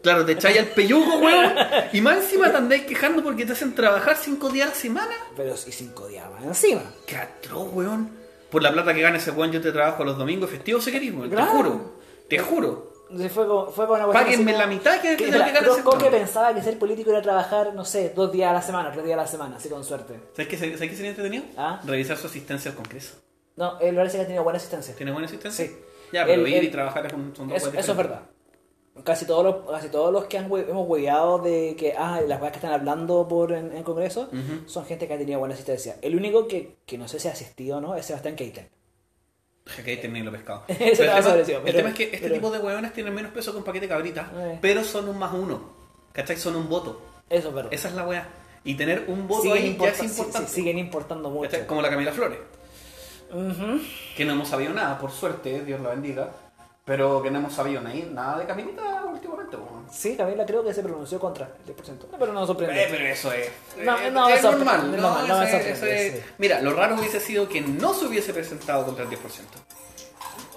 [SPEAKER 2] Claro, te echáis al peyuco, weón. Y más encima te andáis quejando porque te hacen trabajar cinco días a la semana.
[SPEAKER 3] Pero y cinco días más encima.
[SPEAKER 2] Qué atroz, weón. Por la plata que gana ese weón, yo te trabajo los domingos y festivos si querís, weón.
[SPEAKER 3] Claro.
[SPEAKER 2] Te juro. Te juro.
[SPEAKER 3] Entonces fue, como- fue con una cuestión
[SPEAKER 2] Páguenme
[SPEAKER 3] así
[SPEAKER 2] la mitad que,
[SPEAKER 3] como-
[SPEAKER 2] que
[SPEAKER 3] que
[SPEAKER 2] te
[SPEAKER 3] la-
[SPEAKER 2] que gana
[SPEAKER 3] Cruz
[SPEAKER 2] ese
[SPEAKER 3] Coque
[SPEAKER 2] weón.
[SPEAKER 3] pensaba que ser político era trabajar, no sé, dos días a la semana, tres días a la semana, así con suerte.
[SPEAKER 2] ¿Sabes qué, se- ¿Sabes qué sería entretenido?
[SPEAKER 3] Ah.
[SPEAKER 2] Revisar su asistencia al Congreso.
[SPEAKER 3] No, él parece que ha tenido buena asistencia.
[SPEAKER 2] ¿Tiene buena asistencia?
[SPEAKER 3] Sí.
[SPEAKER 2] Ya, pero
[SPEAKER 3] El-
[SPEAKER 2] ir y
[SPEAKER 3] el-
[SPEAKER 2] trabajar es un, son dos
[SPEAKER 3] Eso,
[SPEAKER 2] weas
[SPEAKER 3] eso es
[SPEAKER 2] diferentes.
[SPEAKER 3] verdad. Casi todos los, casi todos los que han hue- hemos hueveado de que ah, las cosas que están hablando por en, en Congreso
[SPEAKER 2] Ujú.
[SPEAKER 3] son gente que ha tenido buena asistencia. El único que, que no sé si ha asistido o no es Sebastián Keitel.
[SPEAKER 2] Deja que ahí termine lo pescado.
[SPEAKER 3] <laughs> Eso
[SPEAKER 2] Pero el,
[SPEAKER 3] estaba
[SPEAKER 2] tema,
[SPEAKER 3] sobrecio,
[SPEAKER 2] el
[SPEAKER 3] pero-
[SPEAKER 2] tema es que este
[SPEAKER 3] pero-
[SPEAKER 2] tipo de hueones tienen menos peso que un paquete de cabritas,
[SPEAKER 3] Eh.
[SPEAKER 2] pero son un más uno. ¿Cachai? Son un voto.
[SPEAKER 3] Eso es verdad.
[SPEAKER 2] Esa es la weá. Y tener un voto ahí
[SPEAKER 3] importa-
[SPEAKER 2] ya
[SPEAKER 3] sí,
[SPEAKER 2] es importante.
[SPEAKER 3] sí, siguen importando mucho.
[SPEAKER 2] ¿Cachai? Como la Camila Flores,
[SPEAKER 3] Ujú.
[SPEAKER 2] que no hemos sabido nada, por suerte, Dios la bendiga, pero que no hemos sabido ni- nada de Camilita últimamente. weón.
[SPEAKER 3] Sí, Camila creo que se pronunció contra el 10%. No, Pero no nos sorprende.
[SPEAKER 2] Eh, pero eso es.
[SPEAKER 3] No,
[SPEAKER 2] eh,
[SPEAKER 3] no me
[SPEAKER 2] es
[SPEAKER 3] sorprende,
[SPEAKER 2] normal.
[SPEAKER 3] no,
[SPEAKER 2] No,
[SPEAKER 3] no me
[SPEAKER 2] eso es- eso
[SPEAKER 3] sorprende,
[SPEAKER 2] es-
[SPEAKER 3] sí.
[SPEAKER 2] Mira, lo raro hubiese sido que no se hubiese presentado contra el 10%.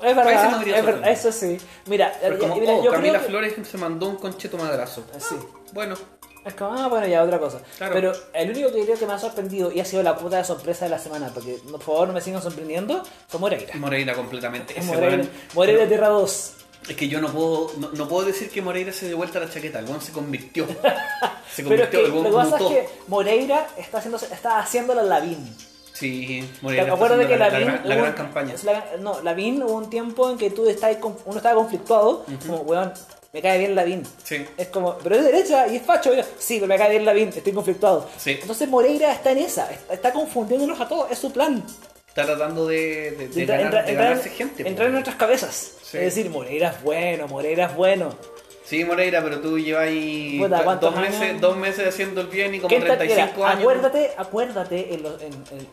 [SPEAKER 3] Eh, es
[SPEAKER 2] parece no
[SPEAKER 3] verdad,
[SPEAKER 2] habría
[SPEAKER 3] es verdad,
[SPEAKER 2] sorprendido.
[SPEAKER 3] eso sí. Mira,
[SPEAKER 2] Pero
[SPEAKER 3] ya-
[SPEAKER 2] como,
[SPEAKER 3] mira,
[SPEAKER 2] oh,
[SPEAKER 3] yo
[SPEAKER 2] Camila
[SPEAKER 3] creo que-
[SPEAKER 2] Flores se mandó un concheto madrazo. Ah,
[SPEAKER 3] Sí.
[SPEAKER 2] bueno,
[SPEAKER 3] Es como, ah, bueno, ya otra cosa.
[SPEAKER 2] Claro.
[SPEAKER 3] Pero el único que creo que me ha sorprendido y ha sido la puta de sorpresa de la semana, porque no, por favor no me sigan sorprendiendo, fue Moreira.
[SPEAKER 2] Moreira completamente. Ese
[SPEAKER 3] Moreira,
[SPEAKER 2] weón-
[SPEAKER 3] Moreira Tierra 2.
[SPEAKER 2] Es que yo no puedo, no, no puedo decir que Moreira se dio vuelta la chaqueta, el weón
[SPEAKER 3] <laughs>
[SPEAKER 2] se convirtió. Se
[SPEAKER 3] Pero es
[SPEAKER 2] convirtió,
[SPEAKER 3] que
[SPEAKER 2] el
[SPEAKER 3] lo
[SPEAKER 2] weón
[SPEAKER 3] que pasa es
[SPEAKER 2] mutó.
[SPEAKER 3] que Moreira está haciendo, está haciendo la Lavín.
[SPEAKER 2] Sí,
[SPEAKER 3] ¿Te
[SPEAKER 2] Moreira. está
[SPEAKER 3] acuerdas de que
[SPEAKER 2] haciendo
[SPEAKER 3] Lavín...
[SPEAKER 2] gran- la
[SPEAKER 3] hubo-
[SPEAKER 2] gran campaña.
[SPEAKER 3] es la- no, Lavín hubo un tiempo en que tú estás, conf- uno estaba conflictuado, como, weón, me cae bien Lavín.
[SPEAKER 2] Sí.
[SPEAKER 3] Es como, pero es derecha y es facho. y yo, sí, pero me cae bien Lavín, estoy conflictuado.
[SPEAKER 2] Sí.
[SPEAKER 3] Entonces Moreira está en esa, está- está confundiéndonos a todos, es su plan.
[SPEAKER 2] Está tratando de, de, de
[SPEAKER 3] Entra-
[SPEAKER 2] ganar-
[SPEAKER 3] entra-
[SPEAKER 2] de
[SPEAKER 3] entrar-
[SPEAKER 2] ganarse gente. pues,
[SPEAKER 3] entrar en
[SPEAKER 2] po.
[SPEAKER 3] nuestras cabezas.
[SPEAKER 2] Sí.
[SPEAKER 3] Es decir, Moreira es bueno, Moreira es bueno.
[SPEAKER 2] Sí, Moreira, pero tú llevas ahí
[SPEAKER 3] Puta,
[SPEAKER 2] ta-
[SPEAKER 3] ¿cuántos
[SPEAKER 2] dos meses,
[SPEAKER 3] años?
[SPEAKER 2] dos meses haciendo el bien y como
[SPEAKER 3] Kenta- mira,
[SPEAKER 2] 35 años.
[SPEAKER 3] Acuérdate, acuérdate en, los- en- en-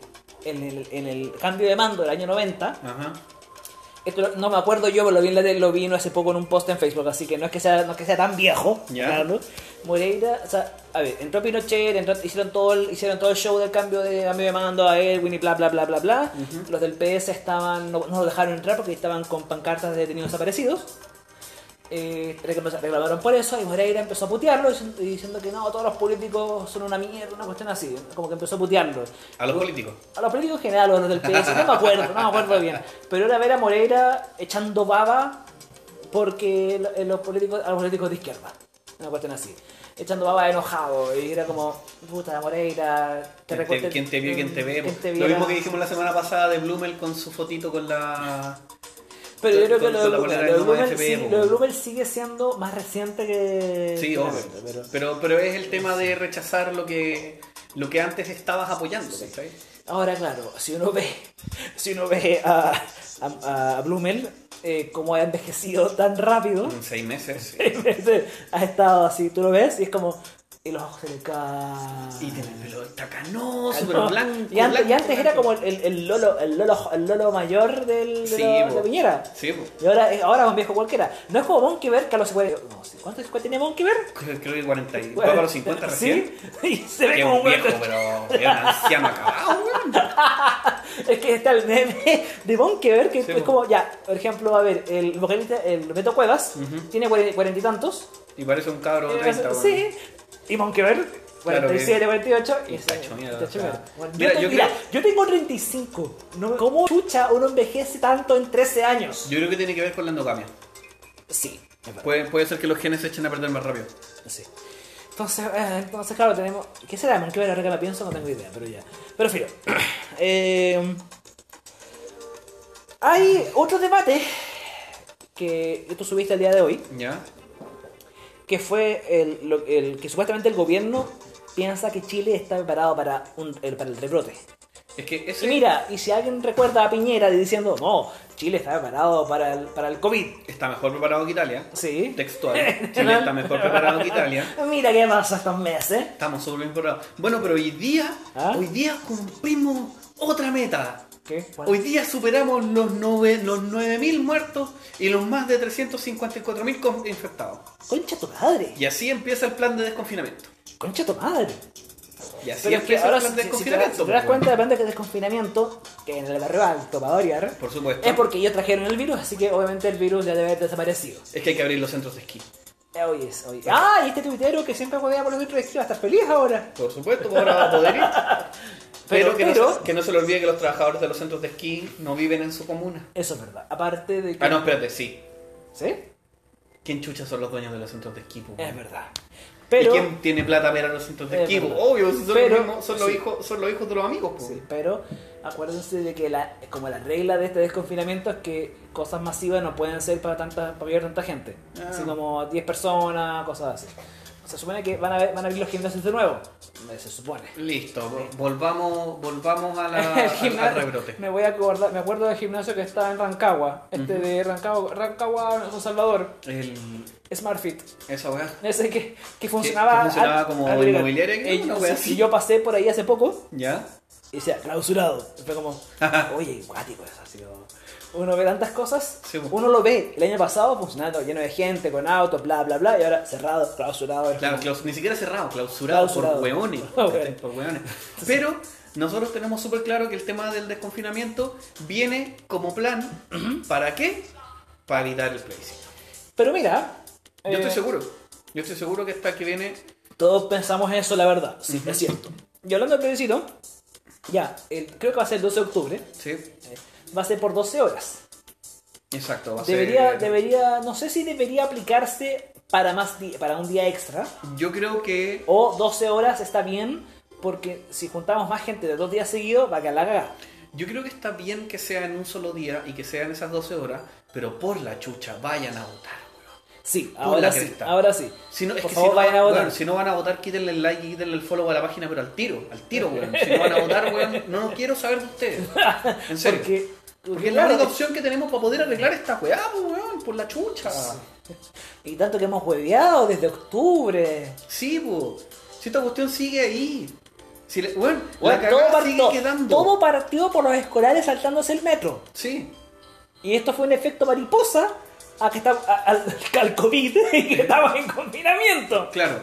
[SPEAKER 3] en el, en el cambio de mando del año 90.
[SPEAKER 2] pues. Ajá.
[SPEAKER 3] Esto lo- no me acuerdo yo, pero lo vi, en la tele, lo vi no hace poco en un post en Facebook, así que no es que sea, no es que sea tan viejo.
[SPEAKER 2] Ya.
[SPEAKER 3] claro. Moreira, o sea, a ver, entró Pinochet, entró- hicieron, todo el, hicieron todo el show del cambio de cambio de mando a Erwin y bla bla bla bla bla. Los del PS estaban, no, no los dejaron entrar porque estaban con pancartas de detenidos desaparecidos. Eh, reclamaron- reclamaron por eso y Moreira empezó a putearlo dicien- diciendo, que no, todos los políticos son una mierda, una cuestión así, como que empezó a putearlo.
[SPEAKER 2] A los políticos.
[SPEAKER 3] A los políticos en general, o a los del PS, no me acuerdo, no me acuerdo bien. Pero era ver a Moreira echando baba porque lo- eh, los políticos, a los políticos de izquierda. Una cuestión así. echando baba enojado. Y era como, puta, Moreira, te
[SPEAKER 2] ¿Quién te,
[SPEAKER 3] recuerdo-
[SPEAKER 2] quién te vio, quién te ve? pues?
[SPEAKER 3] quién te
[SPEAKER 2] Lo
[SPEAKER 3] viera.
[SPEAKER 2] mismo que dijimos la semana pasada de Blumel con su fotito con la.
[SPEAKER 3] Pero yo creo que
[SPEAKER 2] con-
[SPEAKER 3] lo
[SPEAKER 2] con
[SPEAKER 3] de
[SPEAKER 2] la
[SPEAKER 3] Blumel-
[SPEAKER 2] polera
[SPEAKER 3] lo de
[SPEAKER 2] del Numa
[SPEAKER 3] Blumel
[SPEAKER 2] FP,
[SPEAKER 3] sí-
[SPEAKER 2] po.
[SPEAKER 3] lo de Blumel sigue siendo más reciente que.
[SPEAKER 2] Sí,
[SPEAKER 3] que la
[SPEAKER 2] obvio.
[SPEAKER 3] gente, pero-
[SPEAKER 2] Pero, pero es el tema de rechazar lo que, lo que antes estabas apoyando, ¿cachai?
[SPEAKER 3] Ahora, claro, si uno ve, si uno ve a, a, a Blumel, eh, cómo ha envejecido tan rápido,
[SPEAKER 2] En seis meses.
[SPEAKER 3] ha estado así, tú lo ves y es como, y los ojos se le caen.
[SPEAKER 2] Y tiene el pelo tacanoso, pero blanco.
[SPEAKER 3] Ah, y, antes,
[SPEAKER 2] blanco,
[SPEAKER 3] y antes era
[SPEAKER 2] blanco.
[SPEAKER 3] como el, el- el lolo, el, lolo, el lolo mayor del, de,
[SPEAKER 2] Sí,
[SPEAKER 3] la,
[SPEAKER 2] po.
[SPEAKER 3] de Piñera.
[SPEAKER 2] Sí, pues.
[SPEAKER 3] Y ahora, es- ahora es un viejo cualquiera. No es como Bonkever, que a los 50. No, sé, ¿cuántos cuántos tiene Bonkever?
[SPEAKER 2] Creo creo que 40 y... Va para los 50 recién.
[SPEAKER 3] <laughs> Sí, y se ve
[SPEAKER 2] Que es
[SPEAKER 3] como
[SPEAKER 2] un
[SPEAKER 3] un
[SPEAKER 2] viejo,
[SPEAKER 3] hueco.
[SPEAKER 2] pero es un anciano acabado.
[SPEAKER 3] Es que está el meme de Bonkever, que
[SPEAKER 2] Sí,
[SPEAKER 3] es
[SPEAKER 2] po.
[SPEAKER 3] como, ya, por ejemplo, a ver, el vocalista, el Beto Cuevas,
[SPEAKER 2] Ujú.
[SPEAKER 3] tiene cuaren- cuarenta y tantos.
[SPEAKER 2] Y parece un cabro
[SPEAKER 3] Eh,
[SPEAKER 2] de 30.
[SPEAKER 3] sí,
[SPEAKER 2] bueno.
[SPEAKER 3] y Bonkever,
[SPEAKER 2] Claro que-
[SPEAKER 3] 47, 48.
[SPEAKER 2] y está hecho mierda,
[SPEAKER 3] está hecho
[SPEAKER 2] o sea.
[SPEAKER 3] mierda. Bueno,
[SPEAKER 2] Mira,
[SPEAKER 3] yo,
[SPEAKER 2] yo
[SPEAKER 3] te- mira,
[SPEAKER 2] creo-
[SPEAKER 3] yo tengo 35. No, ¿Cómo chucha uno envejece tanto en 13 años?
[SPEAKER 2] Yo creo que tiene que ver con la endogamia.
[SPEAKER 3] Sí, es verdad.
[SPEAKER 2] Puede, puede ser que los genes se echen a perder más rápido.
[SPEAKER 3] Sí. Pues, Entonces, eh, entonces, claro, tenemos. ¿Qué será de Monkey Bar? Ahora que la pienso, no tengo idea, pero ya. Pero filo. <clears throat> Eh, hay otro debate que tú subiste el día de hoy,
[SPEAKER 2] ¿Ya?
[SPEAKER 3] que fue el, lo- el que supuestamente el gobierno piensa que Chile está preparado para, un, el, para el rebrote.
[SPEAKER 2] Es que
[SPEAKER 3] Y
[SPEAKER 2] ese...
[SPEAKER 3] mira, y si alguien recuerda a Piñera diciendo, no, Chile está preparado para el, para el COVID.
[SPEAKER 2] Está mejor preparado que Italia.
[SPEAKER 3] Sí.
[SPEAKER 2] <laughs>
[SPEAKER 3] <laughs>
[SPEAKER 2] Textual. Chile está mejor preparado que Italia.
[SPEAKER 3] Mira qué pasa estos meses.
[SPEAKER 2] Estamos súper bien preparados. Bueno, pero hoy día,
[SPEAKER 3] ¿Ah?
[SPEAKER 2] hoy día cumplimos otra meta.
[SPEAKER 3] ¿Qué?
[SPEAKER 2] Hoy día superamos los, nove- los 9.000 muertos y los más de 354.000 con- infectados.
[SPEAKER 3] Concha tu madre.
[SPEAKER 2] Y así empieza el plan de desconfinamiento.
[SPEAKER 3] Concha tu madre.
[SPEAKER 2] Y
[SPEAKER 3] Pero es
[SPEAKER 2] así
[SPEAKER 3] que
[SPEAKER 2] empieza
[SPEAKER 3] ahora,
[SPEAKER 2] el
[SPEAKER 3] si,
[SPEAKER 2] plan de
[SPEAKER 3] si- si te, das-
[SPEAKER 2] desconfinamiento.
[SPEAKER 3] si te das
[SPEAKER 2] pues,
[SPEAKER 3] cuenta, depende que desconfinamiento, que en el barrio alto para variar,
[SPEAKER 2] Por supuesto.
[SPEAKER 3] es porque ellos trajeron el virus, así que obviamente el virus ya debe haber desaparecido.
[SPEAKER 2] Es que hay que abrir los centros de esquí.
[SPEAKER 3] Eh, Oye, es- oye. Ah, y este tuitero que siempre jodía por los centros de esquí va a estar feliz ahora.
[SPEAKER 2] Por supuesto, ahora va a
[SPEAKER 3] <laughs>
[SPEAKER 2] poder ir. Pero,
[SPEAKER 3] Pero-
[SPEAKER 2] que, No
[SPEAKER 3] pero-
[SPEAKER 2] se, que no se le olvide que los trabajadores de los centros de esquí no viven en su comuna.
[SPEAKER 3] Eso es verdad. Aparte de que.
[SPEAKER 2] Ah, no, espérate, sí.
[SPEAKER 3] ¿Sí?
[SPEAKER 2] ¿Quién chucha son los dueños de los centros de esquí? pues?
[SPEAKER 3] Es verdad. Pero.
[SPEAKER 2] ¿Y quién tiene plata para los centros de
[SPEAKER 3] Es
[SPEAKER 2] esquí? pues?
[SPEAKER 3] verdad.
[SPEAKER 2] Obvio, si son,
[SPEAKER 3] Pero-
[SPEAKER 2] los mismos- son, los
[SPEAKER 3] sí.
[SPEAKER 2] hijos, son los hijos de los amigos. pues.
[SPEAKER 3] Sí, pero acuérdense de que la, como la regla de este desconfinamiento es que cosas masivas no pueden ser para tanta para vivir tanta gente.
[SPEAKER 2] Ah.
[SPEAKER 3] Así como 10 personas, cosas así. Se supone que van a, ver- van a abrir los gimnasios de nuevo. Eh, Se supone.
[SPEAKER 2] Listo, vol- volvamos, volvamos a la,
[SPEAKER 3] <laughs> El
[SPEAKER 2] Ah, al-
[SPEAKER 3] gimnasio-
[SPEAKER 2] al rebrote.
[SPEAKER 3] me voy a acordar, me acuerdo del gimnasio que está en Rancagua, este de Rancagua, Rancagua San Salvador,
[SPEAKER 2] El-
[SPEAKER 3] Smartfit,
[SPEAKER 2] esa weá.
[SPEAKER 3] ese que, que funcionaba,
[SPEAKER 2] que funcionaba
[SPEAKER 3] al-
[SPEAKER 2] como
[SPEAKER 3] al agregar.
[SPEAKER 2] inmobiliaria, creo,
[SPEAKER 3] Eh,
[SPEAKER 2] una wea
[SPEAKER 3] sí,
[SPEAKER 2] así.
[SPEAKER 3] yo pasé por ahí hace poco.
[SPEAKER 2] ¿Ya?
[SPEAKER 3] Y sea, clausurado. Fue
[SPEAKER 2] <laughs>
[SPEAKER 3] como, oye, cuático eso ha sido. Uno ve tantas cosas,
[SPEAKER 2] Sí, pues.
[SPEAKER 3] uno lo ve. El año pasado funcionando lleno de gente, con autos, bla, bla, bla. Y ahora cerrado, clausurado. es
[SPEAKER 2] Claro,
[SPEAKER 3] como-
[SPEAKER 2] claus- ni siquiera cerrado, clausurado,
[SPEAKER 3] Clausurado. <laughs>
[SPEAKER 2] por hueones.
[SPEAKER 3] Ah,
[SPEAKER 2] ¿cachai?
[SPEAKER 3] bueno.
[SPEAKER 2] Por hueones. Pero nosotros tenemos súper claro que el tema del desconfinamiento viene como plan. ¿Para qué? Para evitar el plebiscito.
[SPEAKER 3] Pero mira,
[SPEAKER 2] Yo
[SPEAKER 3] eh,
[SPEAKER 2] estoy seguro. Yo estoy seguro que esta que viene.
[SPEAKER 3] todos pensamos eso, la verdad. Sí,
[SPEAKER 2] Ujú.
[SPEAKER 3] es cierto. Y hablando del plebiscito, ya, el- creo que va a ser el 12 de octubre. eh,
[SPEAKER 2] Sí,
[SPEAKER 3] Va a ser por 12 horas.
[SPEAKER 2] exacto. Va a
[SPEAKER 3] Debería,
[SPEAKER 2] ser-
[SPEAKER 3] debería, no sé si debería aplicarse para, más di- para un día extra.
[SPEAKER 2] Yo creo que.
[SPEAKER 3] O 12 horas está bien, porque si juntamos más gente de dos días seguidos, va a quedar la cagada.
[SPEAKER 2] Yo creo que está bien que sea en un solo día y que sea en esas 12 horas, pero por la chucha, vayan a votar. weón.
[SPEAKER 3] Sí,
[SPEAKER 2] Por
[SPEAKER 3] ahora
[SPEAKER 2] la
[SPEAKER 3] sí,
[SPEAKER 2] cresta.
[SPEAKER 3] ahora sí.
[SPEAKER 2] Si no, es
[SPEAKER 3] Por
[SPEAKER 2] que
[SPEAKER 3] favor,
[SPEAKER 2] si no,
[SPEAKER 3] vayan a votar.
[SPEAKER 2] weón, si no van a votar, quítenle el like y quítenle el follow a la página, pero al tiro, al tiro, weón. Si no van a votar, weón, no quiero saber de ustedes. En serio. Porque,
[SPEAKER 3] Porque,
[SPEAKER 2] es la
[SPEAKER 3] claro,
[SPEAKER 2] única opción que tenemos para poder arreglar esta weá, pues, weón, por la chucha.
[SPEAKER 3] y tanto que hemos hueveado desde octubre.
[SPEAKER 2] Sí, pues. Si esta cuestión sigue ahí. Si le, weón,
[SPEAKER 3] Bueno,
[SPEAKER 2] la
[SPEAKER 3] todo,
[SPEAKER 2] cagada sigue
[SPEAKER 3] partió,
[SPEAKER 2] quedando.
[SPEAKER 3] todo partió por los escolares saltándose el metro.
[SPEAKER 2] Sí.
[SPEAKER 3] Y esto fue un efecto mariposa a que está, a- al, <laughs> al COVID y que estamos en confinamiento.
[SPEAKER 2] Claro.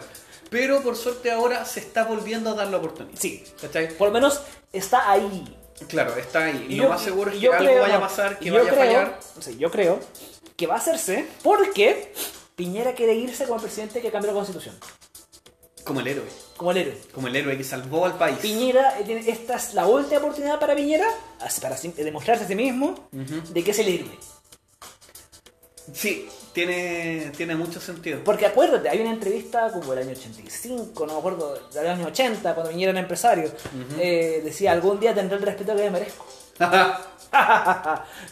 [SPEAKER 2] Pero por suerte ahora se está volviendo a dar la oportunidad.
[SPEAKER 3] Sí,
[SPEAKER 2] ¿Cachai?
[SPEAKER 3] por lo menos está ahí.
[SPEAKER 2] Claro, está ahí.
[SPEAKER 3] Y
[SPEAKER 2] lo
[SPEAKER 3] yo-
[SPEAKER 2] más seguro es
[SPEAKER 3] y
[SPEAKER 2] que
[SPEAKER 3] yo
[SPEAKER 2] algo
[SPEAKER 3] creo-
[SPEAKER 2] vaya a pasar,
[SPEAKER 3] y
[SPEAKER 2] que
[SPEAKER 3] yo
[SPEAKER 2] vaya a
[SPEAKER 3] creo-
[SPEAKER 2] fallar.
[SPEAKER 3] sí, yo creo que va a hacerse porque Piñera quiere irse como el presidente que cambió la constitución,
[SPEAKER 2] Como el héroe.
[SPEAKER 3] como el héroe.
[SPEAKER 2] Como el héroe que salvó al país.
[SPEAKER 3] Piñera, eh, tiene- esta es la última oportunidad para eh, Piñera as- para sí- demostrarse a sí mismo
[SPEAKER 2] Ujú.
[SPEAKER 3] de que es el héroe.
[SPEAKER 2] Sí, tiene, tiene mucho sentido.
[SPEAKER 3] Porque acuérdate, hay una entrevista como el año 85, no me acuerdo, del año 80, cuando vinieron empresarios. eh, decía, algún día tendré el respeto que me merezco.
[SPEAKER 2] <laughs>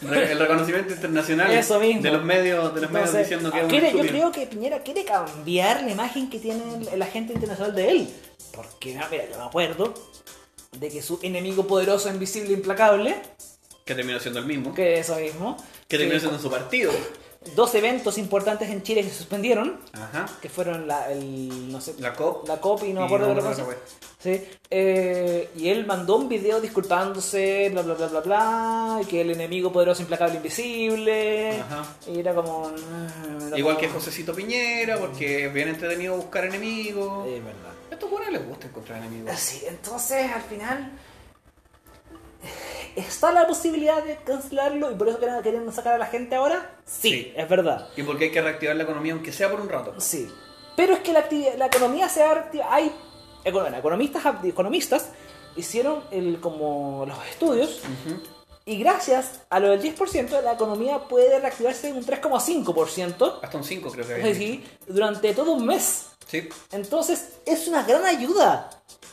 [SPEAKER 2] Re- el reconocimiento internacional
[SPEAKER 3] Eso mismo.
[SPEAKER 2] de los medios, de los medios
[SPEAKER 3] Entonces,
[SPEAKER 2] diciendo que es un
[SPEAKER 3] quiere- yo creo
[SPEAKER 2] estúpido.
[SPEAKER 3] que Piñera quiere cambiar la imagen que tiene el- la gente internacional de él. Porque, no, mira, yo me acuerdo de que su enemigo poderoso, invisible, implacable,
[SPEAKER 2] Que terminó siendo el mismo.
[SPEAKER 3] que es eso mismo,
[SPEAKER 2] Que terminó
[SPEAKER 3] que
[SPEAKER 2] siendo su partido.
[SPEAKER 3] dos eventos importantes en Chile que se suspendieron,
[SPEAKER 2] Ajá.
[SPEAKER 3] que fueron la, el, no sé,
[SPEAKER 2] La COP.
[SPEAKER 3] la COP y no me
[SPEAKER 2] Y
[SPEAKER 3] acuerdo
[SPEAKER 2] no
[SPEAKER 3] de
[SPEAKER 2] me
[SPEAKER 3] otra
[SPEAKER 2] acuerdo
[SPEAKER 3] cosa. Sí. Eh, y él mandó un video disculpándose, bla bla bla bla bla, y que el enemigo poderoso implacable invisible.
[SPEAKER 2] Ajá.
[SPEAKER 3] Y era como. mm, era
[SPEAKER 2] Igual
[SPEAKER 3] como-
[SPEAKER 2] que Josecito Piñera, porque es bien entretenido buscar enemigos.
[SPEAKER 3] Es verdad.
[SPEAKER 2] A estos buenos les gusta encontrar enemigos.
[SPEAKER 3] Así, entonces al final. ¿Está la posibilidad de cancelarlo y por eso quieren, quieren sacar a la gente ahora? Sí,
[SPEAKER 2] Sí.
[SPEAKER 3] es verdad.
[SPEAKER 2] Y porque hay que reactivar la economía, aunque sea por un rato.
[SPEAKER 3] Sí. Pero es que la, actividad- la economía se ha reactivado. Hay econo- bueno, economistas, economistas hicieron el, como los estudios y gracias a lo del 10% la economía puede reactivarse en un 3,5%
[SPEAKER 2] Hasta un 5 creo que
[SPEAKER 3] es
[SPEAKER 2] había.
[SPEAKER 3] decir, durante todo un mes.
[SPEAKER 2] Sí.
[SPEAKER 3] Entonces, es una gran ayuda.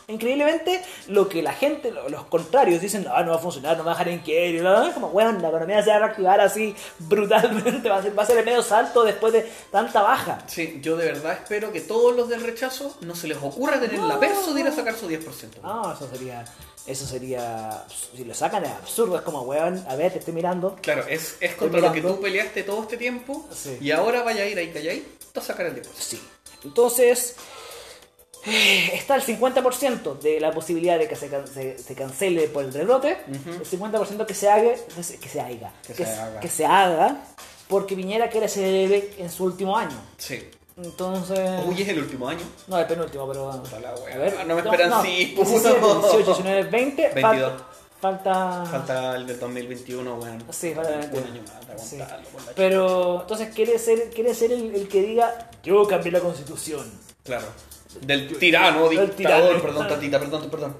[SPEAKER 3] Increíblemente, lo que la gente, lo- los contrarios dicen, ah, no va a funcionar, no me va a dejar en qué, y bla, bla, bla, es como, bueno, la economía se va a reactivar así brutalmente, va a ser, va a ser el medio salto después de tanta baja.
[SPEAKER 2] Sí, yo de verdad espero que todos los del rechazo no se les ocurra tener
[SPEAKER 3] No. Ah.
[SPEAKER 2] la perso de ir a sacar su 10%.
[SPEAKER 3] No, eso sería, eso sería, si lo sacan es absurdo, es como, weón, a ver, te estoy mirando.
[SPEAKER 2] Claro, es, es
[SPEAKER 3] Estoy
[SPEAKER 2] contra lo que
[SPEAKER 3] mirando.
[SPEAKER 2] tú peleaste todo este tiempo
[SPEAKER 3] Sí.
[SPEAKER 2] y ahora vaya a ir ahí, calla ahí, a sacar el 10%.
[SPEAKER 3] Sí. Entonces, eh, está el 50% de la posibilidad de que se, can- se- se cancele por el rebrote, el 50% que se haga, que se, que se haga,
[SPEAKER 2] Que
[SPEAKER 3] que
[SPEAKER 2] se
[SPEAKER 3] se-
[SPEAKER 2] haga.
[SPEAKER 3] que se haga, porque Piñera quiere ser héroe en su último año.
[SPEAKER 2] Sí.
[SPEAKER 3] Entonces,
[SPEAKER 2] Uy, es el último año.
[SPEAKER 3] no, el penúltimo, pero bueno.
[SPEAKER 2] Puta la wea.
[SPEAKER 3] A ver,
[SPEAKER 2] Ah, no me esperan, sí, puto.
[SPEAKER 3] 17, 18, 19, 20, fal-
[SPEAKER 2] 22.
[SPEAKER 3] falta,
[SPEAKER 2] Falta el del 2021, weón.
[SPEAKER 3] Ah. Sí, probablemente.
[SPEAKER 2] Un año más de
[SPEAKER 3] Sí.
[SPEAKER 2] aguantarlo, por la
[SPEAKER 3] Pero entonces quiere ser, quiere ser el, el que diga, yo cambié la constitución.
[SPEAKER 2] ch- Claro. Del tirano,
[SPEAKER 3] Del
[SPEAKER 2] dictador,
[SPEAKER 3] tirano.
[SPEAKER 2] perdón, tatita, perdón,
[SPEAKER 3] <laughs>
[SPEAKER 2] perdón.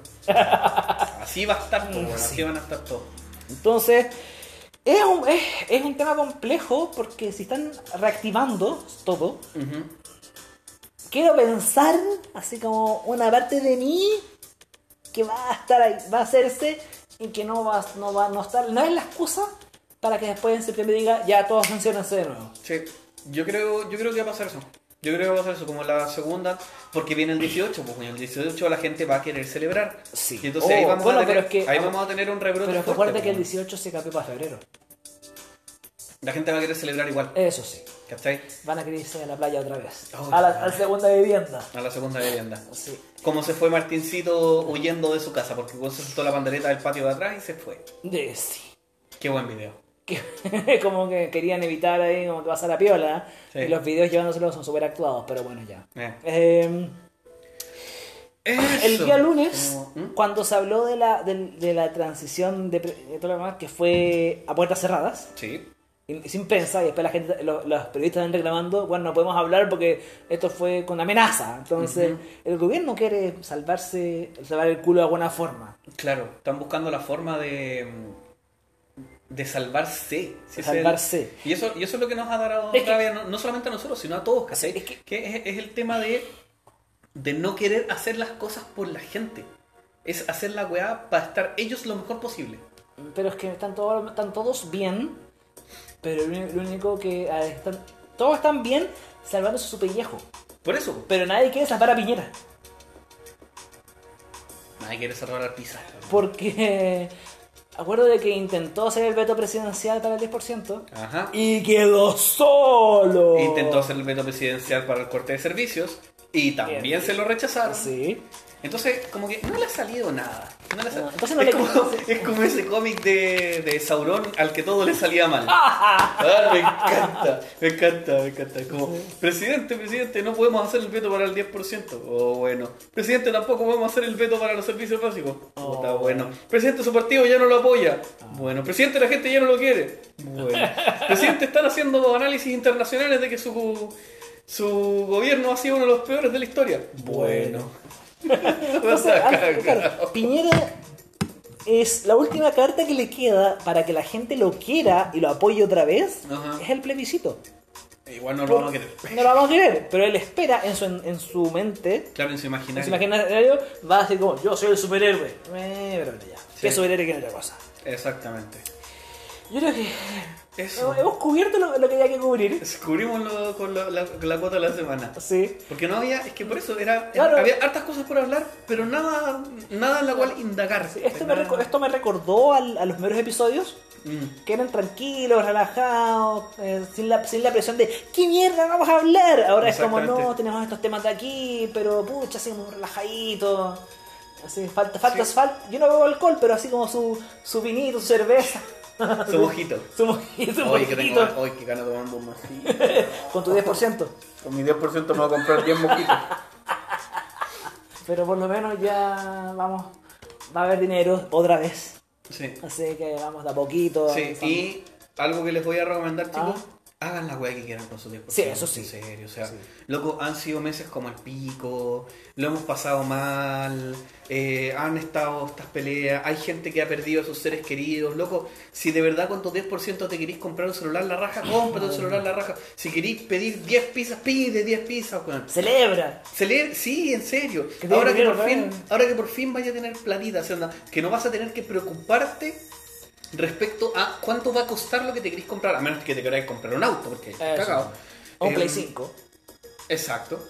[SPEAKER 2] Así va a estar, po, weón, así van a estar todos.
[SPEAKER 3] Entonces, es un, es, es un tema complejo porque si están reactivando todo,
[SPEAKER 2] Ujú.
[SPEAKER 3] quiero pensar, así como una parte de mí que va a estar ahí, va a hacerse y que no va, no va no estar, no es la excusa para que después en septiembre diga, ya todos funcionense de nuevo.
[SPEAKER 2] Sí, yo creo, yo creo que va a pasar eso. Yo creo que va a pasar eso, como la segunda, porque viene el 18, pues el 18 la gente va a querer celebrar.
[SPEAKER 3] Sí.
[SPEAKER 2] Y entonces ahí,
[SPEAKER 3] Oh,
[SPEAKER 2] vamos
[SPEAKER 3] bueno,
[SPEAKER 2] a tener,
[SPEAKER 3] pero es que-
[SPEAKER 2] ahí vamos a tener un rebrote.
[SPEAKER 3] Pero
[SPEAKER 2] fuerte,
[SPEAKER 3] recuerda
[SPEAKER 2] pues,
[SPEAKER 3] que el
[SPEAKER 2] weón.
[SPEAKER 3] 18 se cambió para febrero.
[SPEAKER 2] La gente va a querer celebrar igual,
[SPEAKER 3] Eso sí,
[SPEAKER 2] ¿cachai?
[SPEAKER 3] van a querer irse a la playa otra vez.
[SPEAKER 2] Oh,
[SPEAKER 3] a la
[SPEAKER 2] madre.
[SPEAKER 3] a la segunda vivienda.
[SPEAKER 2] A la segunda vivienda.
[SPEAKER 3] Sí.
[SPEAKER 2] Como se fue Martincito huyendo de su casa, porque weón, se soltó la bandereta del patio de atrás y se fue.
[SPEAKER 3] De- sí.
[SPEAKER 2] Qué buen video.
[SPEAKER 3] que <laughs> como que querían evitar ahí como que pasara piola
[SPEAKER 2] Sí.
[SPEAKER 3] y los videos llevándoselos son súper actuados pero bueno ya
[SPEAKER 2] Eh.
[SPEAKER 3] Eh, el
[SPEAKER 2] Eso.
[SPEAKER 3] día lunes
[SPEAKER 2] Como, ¿Mm?
[SPEAKER 3] cuando se habló de la, de, de la transición de, pre- de todo lo demás que fue a puertas cerradas
[SPEAKER 2] Sí.
[SPEAKER 3] y- sin prensa y después la gente lo- los periodistas están reclamando bueno no podemos hablar porque esto fue con amenaza entonces el gobierno quiere salvarse salvar el culo de alguna forma
[SPEAKER 2] Claro, están buscando la forma de, mm, de salvarse. Si es
[SPEAKER 3] Salvarse.
[SPEAKER 2] el- y, eso, y eso es lo que nos ha dado
[SPEAKER 3] Es que-
[SPEAKER 2] rabia, no, no solamente a nosotros, sino a todos, ¿cachai?
[SPEAKER 3] Es que-
[SPEAKER 2] es, es el tema de, de no querer hacer las cosas por la gente. Es hacer la weá para estar ellos lo mejor posible.
[SPEAKER 3] Pero es que están todos, están todos bien. Pero lo uni- lo único que. a ver, están- todos están bien salvándose su pellejo.
[SPEAKER 2] Por eso,
[SPEAKER 3] Pero nadie quiere salvar a Piñera.
[SPEAKER 2] nadie quiere salvar al Pizarro.
[SPEAKER 3] Porque. <laughs> Acuerdo de que intentó hacer el veto presidencial para el 10%.
[SPEAKER 2] Ajá.
[SPEAKER 3] Y quedó solo.
[SPEAKER 2] Intentó hacer el veto presidencial para el corte de servicios y también
[SPEAKER 3] Bien.
[SPEAKER 2] se lo rechazaron.
[SPEAKER 3] Ah,
[SPEAKER 2] <laughs>
[SPEAKER 3] Sí.
[SPEAKER 2] Entonces, como que no le ha salido nada. No le ha sal-
[SPEAKER 3] No, entonces no
[SPEAKER 2] es,
[SPEAKER 3] le
[SPEAKER 2] como,
[SPEAKER 3] conoce.
[SPEAKER 2] <laughs> es como ese cómic de, de Sauron al que todo le
[SPEAKER 3] <laughs>
[SPEAKER 2] salía mal. Ah, me encanta, me encanta, me encanta. Como, presidente, presidente, no podemos hacer el veto para el 10%. O bueno, presidente, tampoco podemos hacer el veto para los servicios básicos.
[SPEAKER 3] Oh.
[SPEAKER 2] Puta, bueno. Presidente, su partido ya no lo apoya. Bueno, presidente, la gente ya no lo quiere.
[SPEAKER 3] <laughs>
[SPEAKER 2] Bueno, presidente, están haciendo análisis internacionales de que su, su gobierno ha sido uno de los peores de la historia. Bueno.
[SPEAKER 3] Entonces, al- ah, claro, Piñera es la última carta que le queda para que la gente lo quiera y lo apoye otra vez.
[SPEAKER 2] Ajá.
[SPEAKER 3] Es el plebiscito.
[SPEAKER 2] Eh, Igual no lo
[SPEAKER 3] Por-
[SPEAKER 2] vamos a querer.
[SPEAKER 3] No lo vamos a querer, pero él espera en su, en su mente,
[SPEAKER 2] Claro, en su
[SPEAKER 3] en su
[SPEAKER 2] imaginario.
[SPEAKER 3] imaginario, va a decir como, yo soy el superhéroe. Eh, pero ya.
[SPEAKER 2] Sí.
[SPEAKER 3] ¿Qué superhéroe que es otra cosa?
[SPEAKER 2] Exactamente.
[SPEAKER 3] Yo creo que
[SPEAKER 2] Eso.
[SPEAKER 3] hemos cubierto lo, lo que había que cubrir.
[SPEAKER 2] Descubrimoslo con la, la- con la cuota de la semana.
[SPEAKER 3] Sí.
[SPEAKER 2] Porque no había, es que por eso era,
[SPEAKER 3] Claro.
[SPEAKER 2] había hartas cosas por hablar, pero nada, nada en la cual indagar.
[SPEAKER 3] Sí, esto, me
[SPEAKER 2] Nada.
[SPEAKER 3] reco- esto me recordó al- a los primeros episodios
[SPEAKER 2] Mm.
[SPEAKER 3] que eran tranquilos, relajados, eh, sin, la, sin la presión de ¿qué mierda vamos a hablar? Ahora es como,
[SPEAKER 2] Exactamente.
[SPEAKER 3] no, tenemos estos temas de aquí, pero pucha, así como relajadito. Así, falta, falta,
[SPEAKER 2] Sí.
[SPEAKER 3] fal- Yo no bebo alcohol, pero así como su, su vinito, su cerveza.
[SPEAKER 2] Su mojito.
[SPEAKER 3] <laughs> Su mojito, su
[SPEAKER 2] Hoy que tengo,
[SPEAKER 3] mojito.
[SPEAKER 2] hoy que gana
[SPEAKER 3] <laughs>
[SPEAKER 2] tomando un mojito.
[SPEAKER 3] Con tu 10%.
[SPEAKER 2] Con mi 10% me voy a comprar 10 mojitos.
[SPEAKER 3] Pero por lo menos ya vamos, va a haber dinero otra vez.
[SPEAKER 2] Sí.
[SPEAKER 3] Así que vamos de a poquito.
[SPEAKER 2] Sí,
[SPEAKER 3] avanzando.
[SPEAKER 2] y algo que les voy a recomendar, chicos, hagan la weá que quieran con su tiempo.
[SPEAKER 3] Ah. Sí, eso sí.
[SPEAKER 2] En serio, o sea,
[SPEAKER 3] Sí.
[SPEAKER 2] loco, han sido meses como el pico, lo hemos pasado mal, eh, han estado estas peleas, hay gente que ha perdido a sus seres queridos, loco, si de verdad con tu 10% te querís comprar un celular la raja, cómprate un celular la raja. Si querís pedir 10 pizzas, pide 10 pizzas, weón.
[SPEAKER 3] Celebra.
[SPEAKER 2] Se lee- sí, en serio.
[SPEAKER 3] Que tiene
[SPEAKER 2] Ahora que,
[SPEAKER 3] dinero,
[SPEAKER 2] por fin,
[SPEAKER 3] claro.
[SPEAKER 2] ahora que por fin vaya a tener platita, o sea, anda, que no vas a tener que preocuparte respecto a cuánto va a costar lo que te querés comprar, a menos que te queráis comprar un auto, porque cagado.
[SPEAKER 3] O Un
[SPEAKER 2] Eh,
[SPEAKER 3] Play 5.
[SPEAKER 2] Exacto.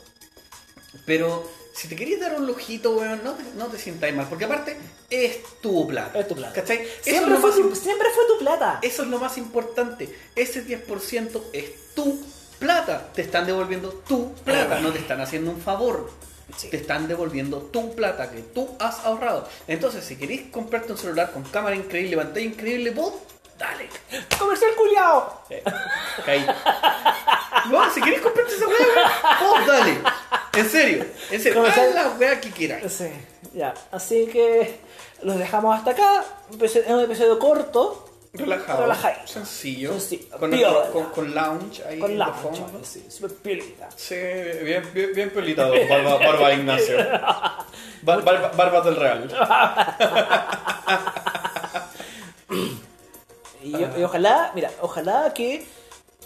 [SPEAKER 2] Pero si te querías dar un lujito, weón, no te, no te sientas mal, porque aparte es tu plata.
[SPEAKER 3] Es tu plata.
[SPEAKER 2] ¿Cachai? Eso
[SPEAKER 3] Siempre
[SPEAKER 2] es lo
[SPEAKER 3] fue,
[SPEAKER 2] más
[SPEAKER 3] tu, siempre fue tu plata.
[SPEAKER 2] eso es lo más importante. Ese 10% es tu plata. Te están devolviendo tu plata. No te están haciendo un favor.
[SPEAKER 3] Sí.
[SPEAKER 2] Te están devolviendo tu plata que tú has ahorrado. Entonces, si queréis comprarte un celular con cámara increíble, pantalla increíble, vos, dale.
[SPEAKER 3] Comercial culiao.
[SPEAKER 2] Eh, <laughs> caí. Weón, si queréis comprarte esa weá, vos, dale. En serio, en serio.
[SPEAKER 3] Como
[SPEAKER 2] Haz
[SPEAKER 3] sea-
[SPEAKER 2] la weá que quieras.
[SPEAKER 3] Sí, ya. Así que los dejamos hasta acá. Es un episodio corto.
[SPEAKER 2] Relajado.
[SPEAKER 3] Relajado.
[SPEAKER 2] Sencillo.
[SPEAKER 3] Sencillo.
[SPEAKER 2] Con,
[SPEAKER 3] Piola.
[SPEAKER 2] con, con lounge ahí
[SPEAKER 3] Con
[SPEAKER 2] de
[SPEAKER 3] la
[SPEAKER 2] fondo.
[SPEAKER 3] chava, sí, súper piolita.
[SPEAKER 2] Sí, bien, bien, bien
[SPEAKER 3] <laughs>
[SPEAKER 2] pelitado, barba, barba de Ignacio. Bar- barba, barba del Real.
[SPEAKER 3] Y, yo- y ojalá, mira, ojalá que